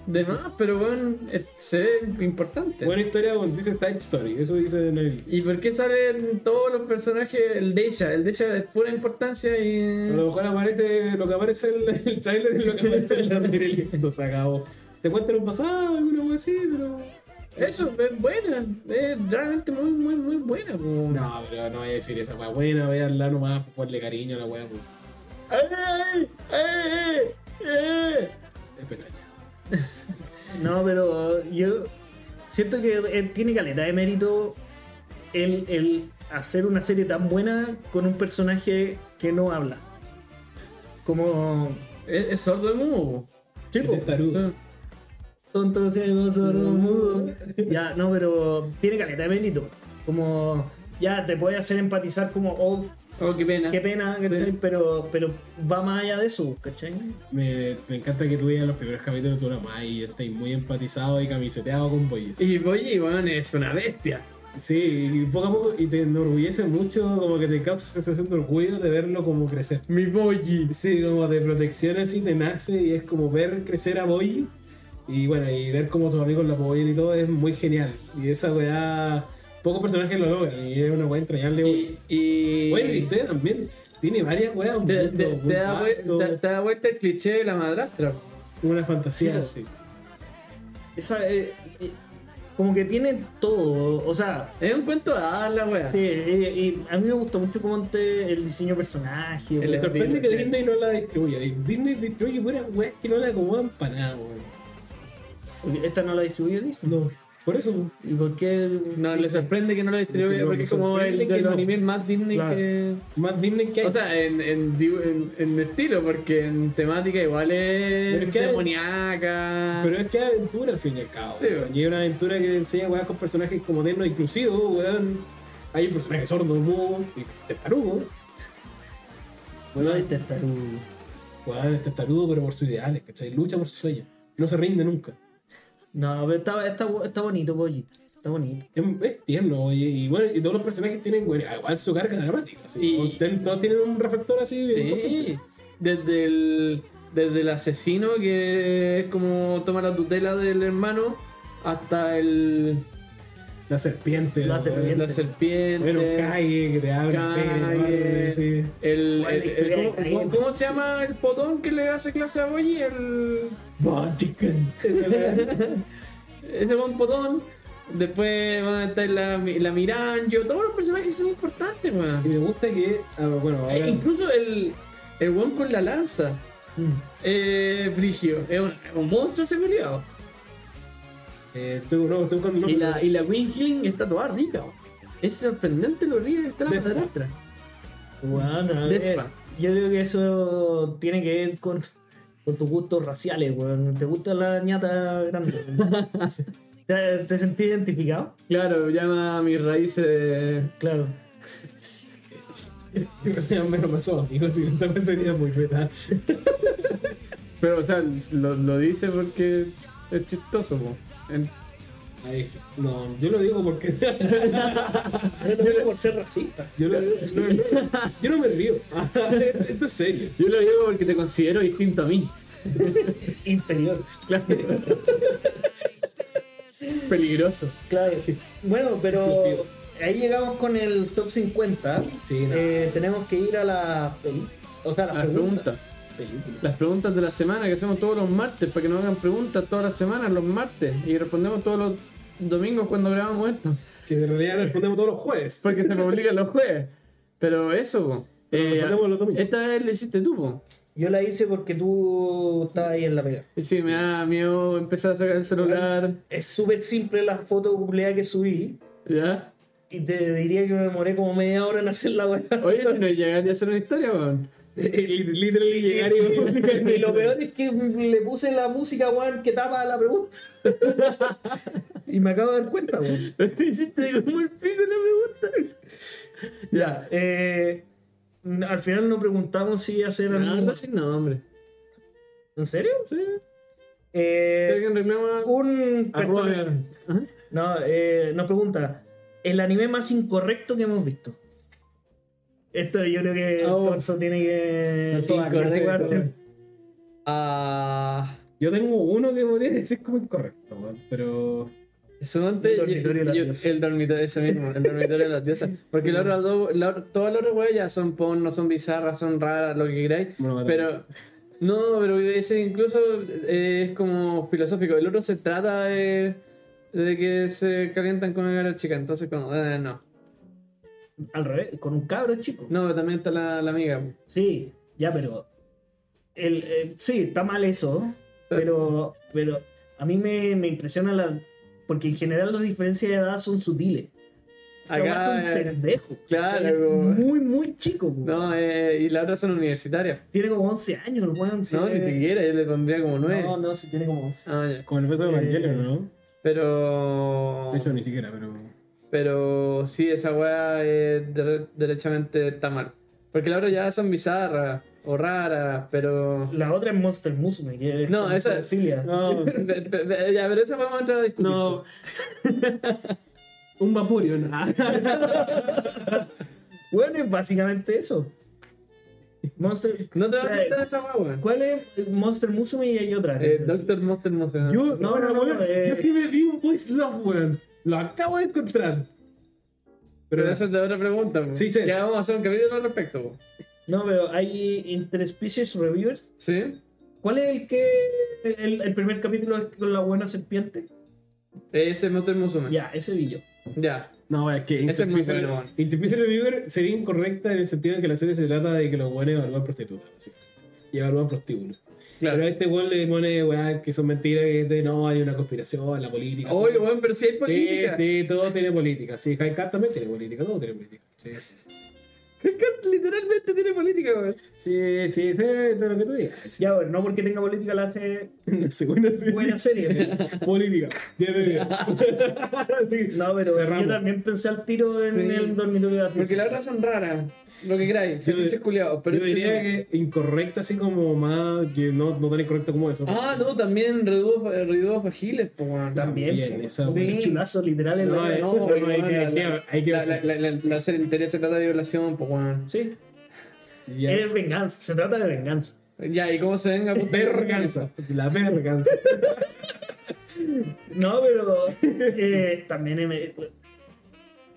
De más, pero bueno, es- se ve importante. Buena historia, weón, dice Side Story, eso dice en el... ¿Y por qué salen todos los personajes? El Deja, el Deja es pura importancia A y. lo mejor aparece lo que aparece en el, el trailer y lo que aparece en la serie, listo, se acabó. Te cuentan un pasado, alguna weón así, pero... Eso, es buena. Es realmente muy, muy, muy buena. po. No, pero no voy a decir esa weá. Buena, véanla nomás, ponle cariño a la weá, pues. Eh, ¡Ay! ¡Ay! ¡Ay! Es pestaña. No, pero yo siento que eh, tiene caleta de mérito el, el hacer una serie tan buena con un personaje que no habla. Como. Es, es sordo de mudo. Es Chico, testarudo. tonto, ciego, sordo, Mm. mudo. Ya, no, pero tiene caleta de mérito. Como. Ya, te puede hacer empatizar como, oh, po. Oh, qué pena. qué pena, ¿cachai? Sí. Pero, pero va más allá de eso, ¿cachai? Me, me encanta que tú veas los primeros capítulos de tu mamá y estés muy empatizado y camiseteado con Boyes. Y Boyi, weón, es una bestia. Sí, y poco a poco y te enorgullece mucho, como que te causa sensación de orgullo de verlo como crecer. Mi Boyi. Sí, como de protección así te nace y es como ver crecer a Boy y bueno, y ver cómo tus amigos la apoyan y todo es muy genial. Y esa weá, pocos personajes lo logran y es una weá entrañable. Y. weón. y- Bueno, la historia también tiene varias weas, un Te, mundo, te- un te da, vue- pacto, te- te da vuelta el cliché de la madrastra. una fantasía Sí. así. Esa, eh, eh, como que tiene todo. O sea, Es un cuento de hadas la wea. Sí, y, y a mí me gustó mucho cómo te- el diseño de personaje. El Me weón. sorprende que sí. Disney no la distribuya. Disney distribuye puras weas que no la acomodan para nada, weón. Esta no la distribuyó Disney. No, por eso. ¿Y por qué? No, le sorprende que no la Porque distribuya no, porque me es como el sorprende de que los no. animes más Disney Claro. que. Más Disney que hay. O sea, en, en, di- en- en estilo, porque en temática igual Pero es es que- demoníaca. pero es que es aventura al fin y al cabo. Sí, weón. weón. Y es una aventura que enseña weas con personajes como Deno inclusivo, weón. Hay un personaje sordo, mudo y testarudo. No, Weón, este está tu- weón, es testarudo, pero por sus ideales, ¿cachai? Lucha por sus sueños. No se rinde nunca. No, pero está, está, bu- está bonito, Boyi. Está bonito. Es, es tierno, oye. Y bueno, y todos los personajes tienen, weón, igual su carga dramática. así. Y- Ten- Todos tienen un reflector así. importante. Sí, desde el, desde el asesino que es como toma la tutela del hermano hasta el, La serpiente. La weón. serpiente. la serpiente. Bueno, calle, que te abre, Cague. pene, sí. el, Bueno, el- la el- historia de ¿cómo- Cague. ¿cómo, cómo se llama el potón que le hace clase a Boyi? El, Bah, chicken. ese buen potón. Después van a estar la, la Miranjo. Todos los personajes son importantes, y weón. me gusta que. ah, bueno, ahora. E incluso el, el weón con la lanza. mm, Eh, Brigio. Es un, es un monstruo ese culiao. eh, estoy, no, estoy buscando el nombre. Y la, y la Wing Hing está toda rica. weón. Es sorprendente lo rica que está la Despa. madrastra. Bueno, a ver, Despa. yo creo que eso tiene que ver con, con tus gustos raciales, weón. ¿Te gusta la ñata grande? weón? ¿Te, te sentís identificado? Claro, llama a mis raíces. Claro. me lo pasó, amigo. Si esta vez sería muy beta. Pero, o sea, lo, lo dice porque es chistoso, po. En- Ay, no, yo lo digo porque. Yo no digo por ser racista. Yo, lo- no, no, yo no me río. Esto es serio. Yo lo digo porque te considero distinto a mí. Inferior. Claro. Peligroso. Claro. Bueno, pero ahí llegamos con el top 50. Sí, no. Eh, tenemos que ir a la peli. O sea, a las Las preguntas. preguntas. Película. Las preguntas de la semana que hacemos todos los martes, para que nos hagan preguntas todas las semanas, los martes. Y respondemos todos los domingos cuando grabamos esto. Que en realidad respondemos todos los jueves. Porque se publican los jueves. Pero eso, po. Eh, respondemos los domingos. esta vez la hiciste tú, po. Yo la hice porque tú estabas ahí en la pega. Y sí, me da miedo empezar a sacar el celular. Es súper simple la foto cumpleaños que subí. ¿Ya? Y te diría que me demoré como media hora en hacer la weá. Eh, Oye, si no llegaría a hacer una historia, weón. Lit- Literally llegar y Y lo peor es que le puse la música, weón, que tapa la pregunta. y me acabo de dar cuenta, weón. Hiciste como el pico la pregunta. Ya, eh, al final no preguntamos si iba a ser No, algún- no sin nombre. Ah, ¿En serio? Sí. Si Eh, alguien reclama. un Arroba personaje- No, eh, nos pregunta el anime más incorrecto que hemos visto. Esto yo creo que Oh. Torso tiene que Torso va a incorrecto. creer. Ah. Yo tengo uno que podría decir como incorrecto, weón, pero. Suponte, El dormitorio de las yo- diosas. el dormitorio, ese mismo, el dormitorio de las diosas. Porque la otra do- la otra- todas las otras weas ya son porno, son bizarras, son raras, lo que queráis. Bueno, vale. pero, no, pero ese incluso eh, es como filosófico. El otro se trata de, de que se calientan con una chica, entonces, como, eh, no. Al revés, con un cabro chico. No, pero también está la, la amiga. Sí, ya, pero. El, eh, sí, está mal eso. Pero, pero a mí me, me impresiona la. Porque en general las diferencias de edad son sutiles. Acá, Acá, un eh, pendejo. claro, Es como- Muy, muy chico. po. no, eh, y la otra son universitarias. Tiene como 11 años, el weón. sí. No, ni siquiera, yo le pondría como nueve. No, no, sí, tiene como 11. Ah, ya. Como el peso de Eh, Evangelion, ¿no? Pero. De hecho, ni siquiera, pero. Pero sí, esa weá eh, dere- derechamente está mal. Porque la otra ya son bizarras o raras, pero. La otra es Monster Musume, que es No, como esa- zoofilia. No, Pe- pe- pe- ya, pero esa vamos a entrar a discutir. no. Un Vaporeon. Bueno, es básicamente eso. Monster. No te vas a Eh, entrar a esa weá, weón. ¿Cuál es Monster Musume y hay otra? este. Eh, Doctor Monster Monster. Yo, No, no, no, weón, eh. yo sí me vi un Boys Love, weón. Lo acabo de encontrar. Pero esa es la otra pregunta, weón. Sí, sí. Ya vamos a hacer un capítulo al respecto, weón. No, pero hay Interspecies Reviewers. ¿Sí? ¿Cuál es el que. El, el primer capítulo es con la buena serpiente? Ese Monster Musume. Ya, ese vi yo. Ya. No, es que Ese es muy Interspecies- bueno, weón. Interspecies Reviewer sería incorrecta en el sentido en que la serie se trata de que los buenos evalúan prostitutas. así. Y evalúan prostíbulos. Pero a Claro. este weón le pone weá que son mentiras, que es de no, hay una conspiración, la política. Oye, weón, pero si hay Sí, política. sí, todo tiene política. Sí, High Card también tiene política, todo tiene política. Sí, sí, Es que literalmente tiene política, weón. sí, sí, sí, todo lo que tú digas. Sí. Ya, bueno, no porque tenga política la hace No sé, buena serie. buena serie. Política. 10 de 10. Sí, No, pero cerramos. yo también pensé al tiro en Sí. el dormitorio de la Porque las otras son raras. Lo que queráis. Son Yo- pinches culiados. Pero Yo este diría no. que incorrecta, así como más. que No, no tan incorrecta como eso. Ah, no, también Redujo Redujo Fajiles, pues bueno, También. Bien, po. esa Un buena. chulazo, literal en No, la eh, No, no, pues, no, hay bueno, que- hay que- la- hay que- la- la- la- la serie entera se trata de violación, pues bueno. Sí. Ya. Es venganza, se trata de venganza. Ya, y cómo se venga, puta, Verganza. La verganza. No, pero eh, también em-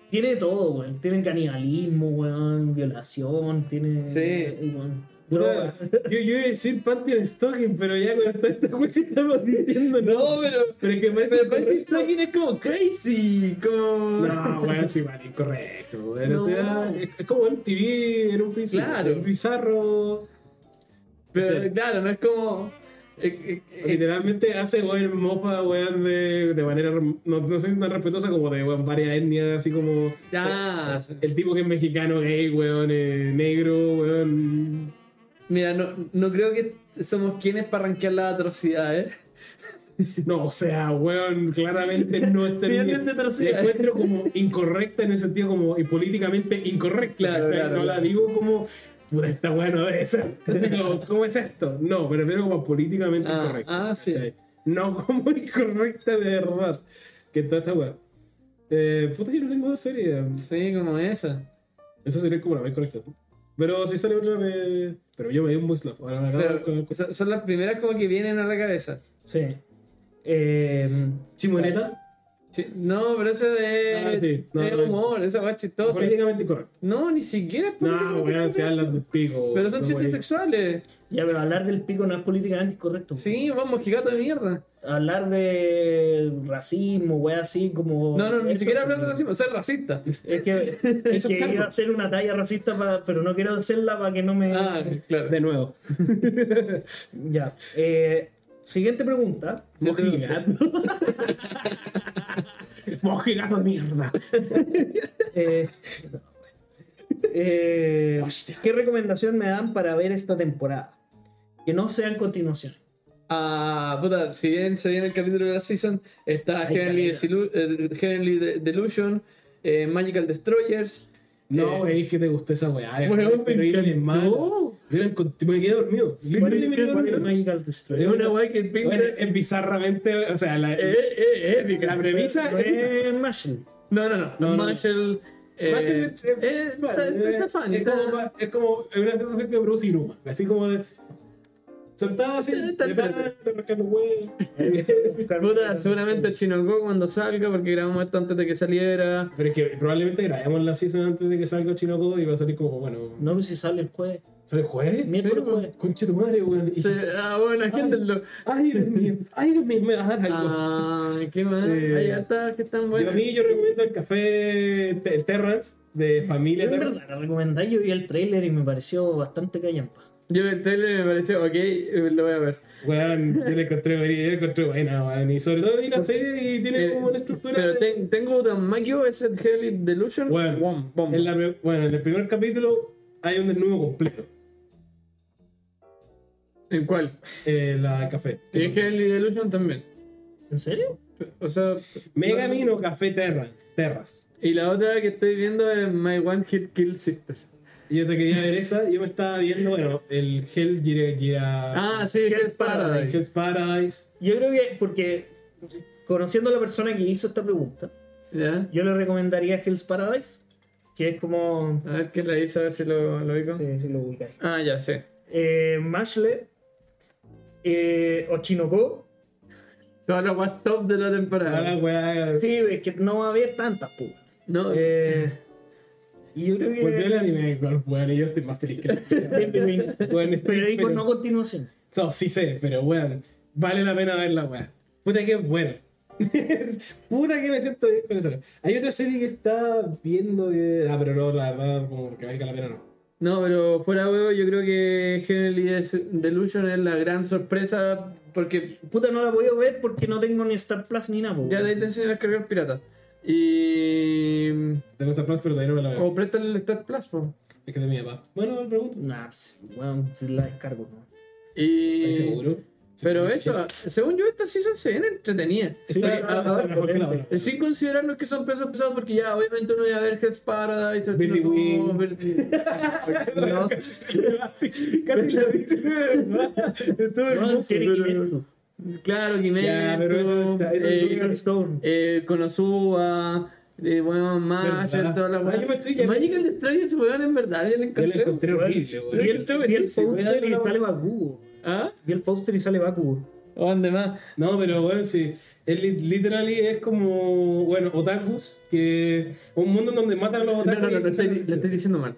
tiene todo, weón. Tiene canibalismo, weón, violación, tiene. eh, Sí. weón, droga. Puta, yo, yo iba a decir Panty en Stocking, pero ya con toda esta cuestión estamos diciendo no. pero. Pero es que me parece incorrecto. Stalking es como crazy. Como. No, bueno, sí, vale, incorrecto. weón. No. O sea, es, es como MTV en un principio. Claro. Un bizarro. pero sí. claro, no es como. eh, eh, eh, Literalmente hace weón mofa, weón, de, de manera no, no sé si tan respetuosa como de weón, varias etnias, así como ya. el tipo que es mexicano, gay, weón, eh, negro, weón. Mira, no, no creo que somos quienes para rankear las atrocidades. ¿eh? No, o sea, weón, claramente no está bien. Tiene La atrocidades. encuentro como incorrecta en el sentido como y políticamente incorrecta. Claro, ¿cachai? claro, no la claro. digo como, puta, esta weá no debe ser. Así como, ¿Cómo es esto? No, pero veo como políticamente Ah, incorrecta. ah, sí. ¿cachai? No como incorrecta de verdad. que toda esta weá. Eh, puta, yo no tengo dos series. Sí, como esa. Eso sería como la más correcta. Pero si sale otra, me... Pero yo me di un voice love. Ahora me acabo Pero de con el... son- son las primeras como que vienen a la cabeza. Sí. Eh, ¿Chimoneta? Sí, No, pero eso es, Ah, sí. No, es no. humor, esa weá es chistosa. Políticamente incorrecto. No, ni siquiera es No, políticamente weón, se correcto. hablan de pico. Pero son no, chistes weón. sexuales. ya, pero hablar del pico no es políticamente correcto. Sí, vamos, gigato de mierda. Hablar de racismo, weá, así como. No, no, ni Eso, siquiera hablar de como- racismo, ser racista. Es que, es Eso es que cargo. iba a hacer una talla racista, pa- pero no quiero hacerla para que no me. Ah, claro. De nuevo. Ya. Eh, siguiente pregunta. Mojigato. Mojigato de mierda. Eh, eh, ¿Qué recomendación me dan para ver esta temporada? Que no sean continuaciones. Ah, puta, si bien se viene el capítulo de la season, está Ay, Heavenly, caleta. Desilu- eh, Heavenly De- Delusion, eh, Magical Destroyers. No, eh, wey, es que te gustó esa weá. Es Weón, me terrible, es mala. encantó. Yo la encont- me quedé dormido. Literalmente me quedé dormido. Magical Es Eh, Destroyer? una weá que pinta. Bueno, Eh, es bizarramente, o sea, la, eh, épica. la premisa No es bizarra. es Machine. No, no, no. No, no. Marshall. eh, Más que- eh, está- está está fan. eh, es, como, está- pa- es como es una sensación que me produce Iruma. Así como de. Sentado así, Está- de está pana, te rascan los huevos. Puta, seguramente el Chinoco cuando salga, porque grabamos esto antes de que saliera. Pero es que probablemente grabemos la season antes de que salga Chinoco y va a salir como, bueno, No, si sale el jueves. ¿sale jueves? Miércoles Sí, jueves. Conche tu madre, weón. Y- Se- ah, bueno, agéntenlo. Ay, Dios mío, ay, Dios mío, me va a dar algo. Ah, qué mal. Eh, Ahí está, que están Yo a buenos. mí yo recomiendo el café Te- Terrance de familia Es Terrance. verdad, la recomendáis. Yo vi el trailer y me pareció bastante callampa. Yo vi el trailer y me pareció, ok, eh, lo voy a ver. Weón, yo le encontré, buena- yo le encontré buena, weón. Y sobre todo vi la serie y tiene Eh, como una estructura. Pero de- ten- tengo Danmakyo, es el Heavy Delusion. Weón, Bom, bom. en la pre- bueno, en el primer capítulo hay un desnudo completo. ¿En cuál? Eh, la café. Y en Heavy Delusion también. ¿En serio? O sea, Megamino Café Terrance. Terras. y la otra que estoy viendo es My One Hit Kill Sister. Y yo te quería ver esa. Yo me estaba viendo, bueno, el Hell Gira. Gira Ah, sí, Hell's Paradise. Hell's Paradise. Yo creo que, porque conociendo a la persona que hizo esta pregunta, ¿Ya? yo le recomendaría Hell's Paradise, que es como. A ver qué la hice, a ver si lo, lo ubico. Sí, sí lo ubicáis. Ah, ya sé. Eh, Mashle, eh, Ochinoko. Todas las guas top de la Toda la temporada. weá. Sí, es que no va a haber tantas, pues. No, Eh, y yo creo que. Volvió el anime de Golf, weón. Y yo estoy más feliz que la sea, weón. Weón, estoy- Pero dijo pero- no continuación. No, sí sé, pero weón, vale la pena verla, weón. Puta que es bueno. Puta que me siento bien con eso. Hay otra serie que está viendo que. Ah, pero no, la verdad, como que valga la pena, no. No, pero fuera de huevo, yo creo que Heavenly Des- Delusion es la gran sorpresa porque Puta, no la he podido ver porque no tengo ni Star Plus ni nada, po. ya de ahí te enseñan a cargar pirata. Y. Tengo esa plan, pero todavía no me la veo. O prestan el Star Plus, po. Es que de mi papá. Bueno, me pregunto. Nah, pues, weón, te la descargo, po. Y. ¿Estás seguro? Eh, Pero eso, según yo, esta season se viene entretenida. Sí, Porque, está- a- está a- mejor que la otra. eh, sin considerar los que son pesos pesados, porque ya obviamente uno iba a ver Hell's Paradise, Billy Ostinaco, Wing. Billy- No, Casi casi la dice de verdad. Estuvo Weón, hermoso. tiene pero- Kimetsu. claro, Ya, pero Kimetsu, eso- eso- eh, Doctor Stone. eh, Konosuba, eh, bueno, Masher, ¿Verdad? toda la Ah, weá. yo me estoy ya- Magical Destroyer se weón en verdad, Yo yo le la encontré. encontré horrible, Y el, weón. y el póster y weón. sale Bakugo. ¿Ah? Y el póster y sale Bakugo. ¿O dónde más? No, pero bueno, sí. Es li- literally es como, bueno, otakus, que un mundo en donde matan a los No, otakus. no, no, y- lo estoy, lo estoy diciendo mal.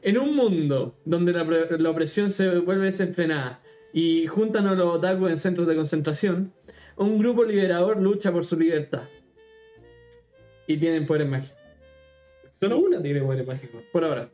En un mundo donde la, pre- la opresión se vuelve desenfrenada y juntan a los otakus en centros de concentración, un grupo liberador lucha por su libertad. Y tienen poderes mágicos, Solo una tiene poderes mágicos. por ahora.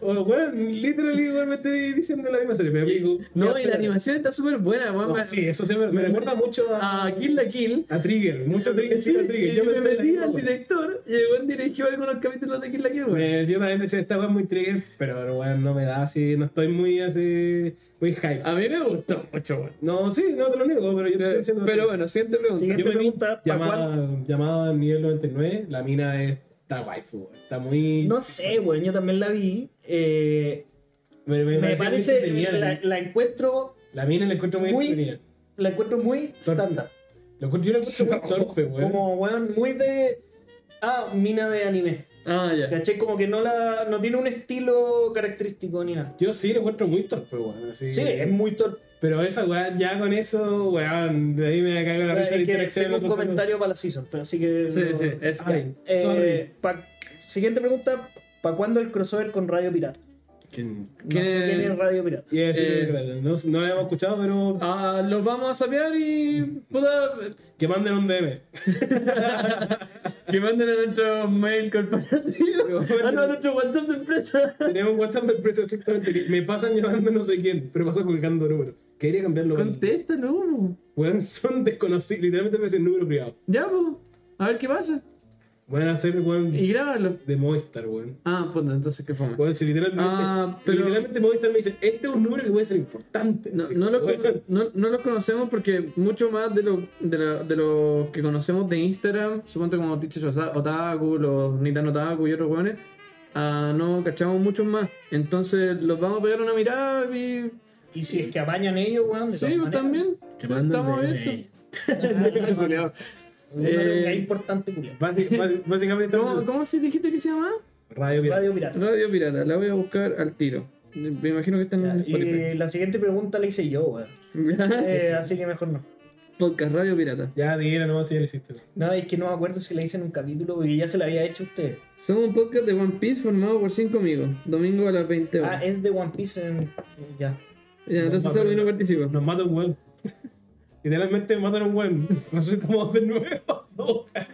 O, bueno, literally, weón, me estoy diciendo la misma serie, pero digo. No, y la animación está súper buena, weón. No, sí, eso se me, me recuerda mucho a, A Kill Ah, la Kill. a Trigger, mucho Trigger, Sí, sí, a Trigger. y yo me pensé en la metí misma al cosa. director y el weón dirigió algunos capítulos de Kill la Kill, weón. Me- Eh, yo también decía, esta weón es muy Trigger, pero bueno, no me da así, no estoy muy así, muy hype. A mí me gustó mucho, weón. No, sí, no te lo niego, pero yo te estoy diciendo. Pero bueno, siguiente pregunta. Siguiente. Yo me vi pregunta, ¿pa' llamada, llamada nivel 99, la mina está waifu, está muy... No sé, weón, yo también la vi. Eh, me, me me muy parece, entretenida, la, la, la encuentro la mina la encuentro muy muy, entretenida. la encuentro muy Tor- estándar. Lo encuentro- yo lo encuentro muy torpe, weón. Como, weón, muy de. Ah, mina de anime. Ah, ya. ¿Cachai? Como que no la no tiene un estilo característico ni nada. Yo sí lo encuentro muy torpe, weón. así. Sí, es muy torpe. Pero esa weón, ya con eso, weón, de ahí me cago en la risa la Es que interacción. tengo lo un encuentro- comentario para la season, pero así que. Sí, no- sí, es Ay, Eh, sorry. pa- siguiente pregunta: ¿Para cuándo el crossover con Radio Pirata? ¿Quién? No ¿Quién sé es? quién es Radio Pirata. Y es Eh. Demócrata. no, no lo habíamos escuchado, pero Ah, los vamos a sapear y. puta, que manden un DM. que manden a nuestro mail corporativo. Ah, no, a nuestro WhatsApp de empresa. Tenemos un WhatsApp de precio exactamente que me pasan llamando no sé quién, pero pasa colgando números. Quería cambiarlo. weón. Contéstalo, po. Weón, son desconocidos, literalmente me dicen número privado. Ya, po. A ver qué pasa. Van a hacer, weón, Y grábalo. de Movistar, weón. Ah, puta, entonces qué fome. Weón, si literalmente, Ah, pero- literalmente Movistar me dice, este es un número que puede ser importante. No, Así, no, los weón. cono- no, no los conocemos porque mucho más de los de, la- de los que conocemos de Instagram, supongo como Tiche Osa- Otaku, los Nitan Otaku y otros weones, ah, no cachamos muchos más. Entonces los vamos a pegar una mirada y. Y si es que apañan ellos, weón. de Sí, todas pues también. Que manden Estamos de- abiertos. maneras. Una pregunta Eh, importante, curioso. Basi- basi- Básicamente, ¿Cómo, ¿Cómo se dijiste que se llama? radio pirata. Radio Pirata. Radio Pirata, la voy a buscar al tiro. Me imagino que está en Y Spotify. la siguiente pregunta la hice yo, weón. Eh, así que mejor no. Podcast Radio Pirata. Ya, Diguera, no va a seguir el sistema. No, es que no me acuerdo si la hice en un capítulo porque ya se la había hecho usted. Somos un podcast de One Piece formado por cinco amigos. Domingo a las 20 horas. Ah, es de One Piece en... eh, Ya. Ya, entonces No, todo el pero- mundo participa. Nos mata un weón. Literalmente matan a un weón. Resucitamos de nuevo. Toca.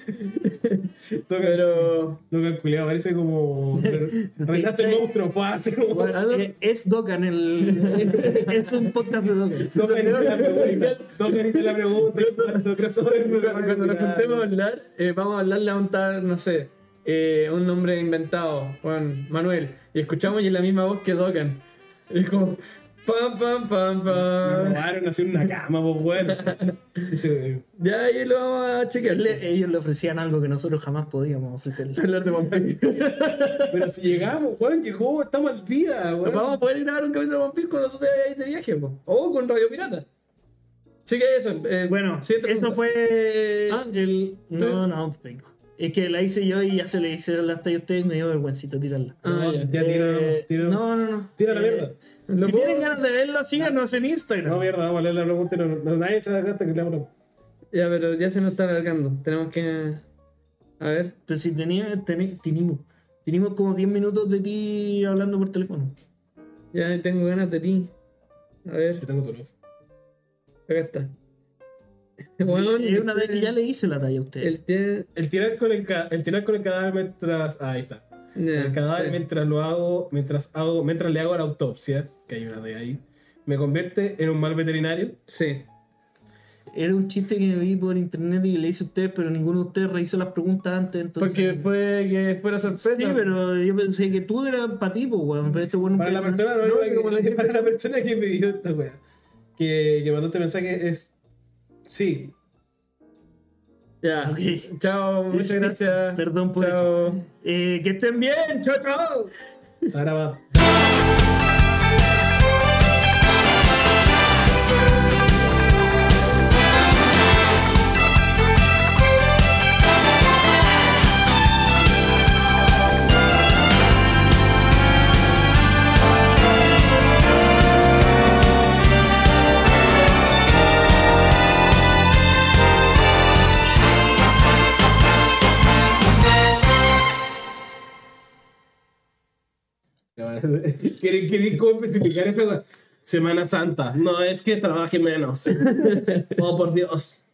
Pero. Toca el culiado, parece como. Renace el monstruo, fue así como. Bueno, ando- Eh, es Dokkan el... es un podcast de Dokkan. Tocan hizo la pregunta. Tocan hizo la pregunta. y cuando crossover, cu- no, cuando nos juntemos a hablar, eh, vamos a hablarle a un tal, no sé, eh, un nombre inventado, Juan Manuel. Y escuchamos y es la misma voz que Docan. Es como. Pam, pam, pam, Nos pam. robaron así una cama, pues bueno. Dice, Ya ahí lo vamos a chequear. Le- ellos le ofrecían algo que nosotros jamás podíamos ofrecerle. Hablar de One Piece. Pero si llegamos, weón, llegó, estamos al día, Nos weón. vamos a poder grabar un capítulo de One Piece cuando tú te vayas de viaje, po. O con Radio Pirata. Así que eso. eh, Bueno, siguiente eso pregunta. fue... Ah, el... No, tú- no, vengo. Es que la hice yo y ya se le hice la hasta a ustedes y me dio vergüencita tirarla. Ah, ya. Ya tiraron. Eh, No, no, no. Tira la Eh, mierda. Lo Si puedo- tienen ganas de verlo, síganos en No, Instagram. mierda, vamos a leer la pregunta. y No, no, nadie se da cuenta que le hablamos. Ya, pero ya se nos está alargando. Tenemos que. A ver. Pero si teníamos, teníamos, teníamos como 10 minutos de ti hablando por teléfono. Ya tengo ganas de ti. A Yo ver, tengo tu luz. acá está. este Es una de- ya le hice la talla a usted. El tie- El tirar con el, ca- el tirar con el cadáver mientras. ah, ahí está. ya, El cadáver sí. mientras lo hago. Mientras hago. Mientras le hago la autopsia, que hay una de ahí. Me convierte en un mal veterinario. Sí. Era un chiste que vi por internet y le hice a ustedes, pero ninguno de ustedes rehizo las preguntas antes. Entonces... Porque fue que fuera sorpresa. Sí, pero yo pensé que tú eras para ti, pues, weón. Pero este weón Para la persona, no, No, para como la que- gente- para la persona que me dio esta wea. Que, que mandó este mensaje es. Sí. Ya. Ok. Chao, muchas gracias. Perdón por Chao. Eh, que estén bien, chao, chao. Sara va. Quieren, quieren como especificar esa wea. Semana Santa. No es que trabaje menos. oh, por Dios.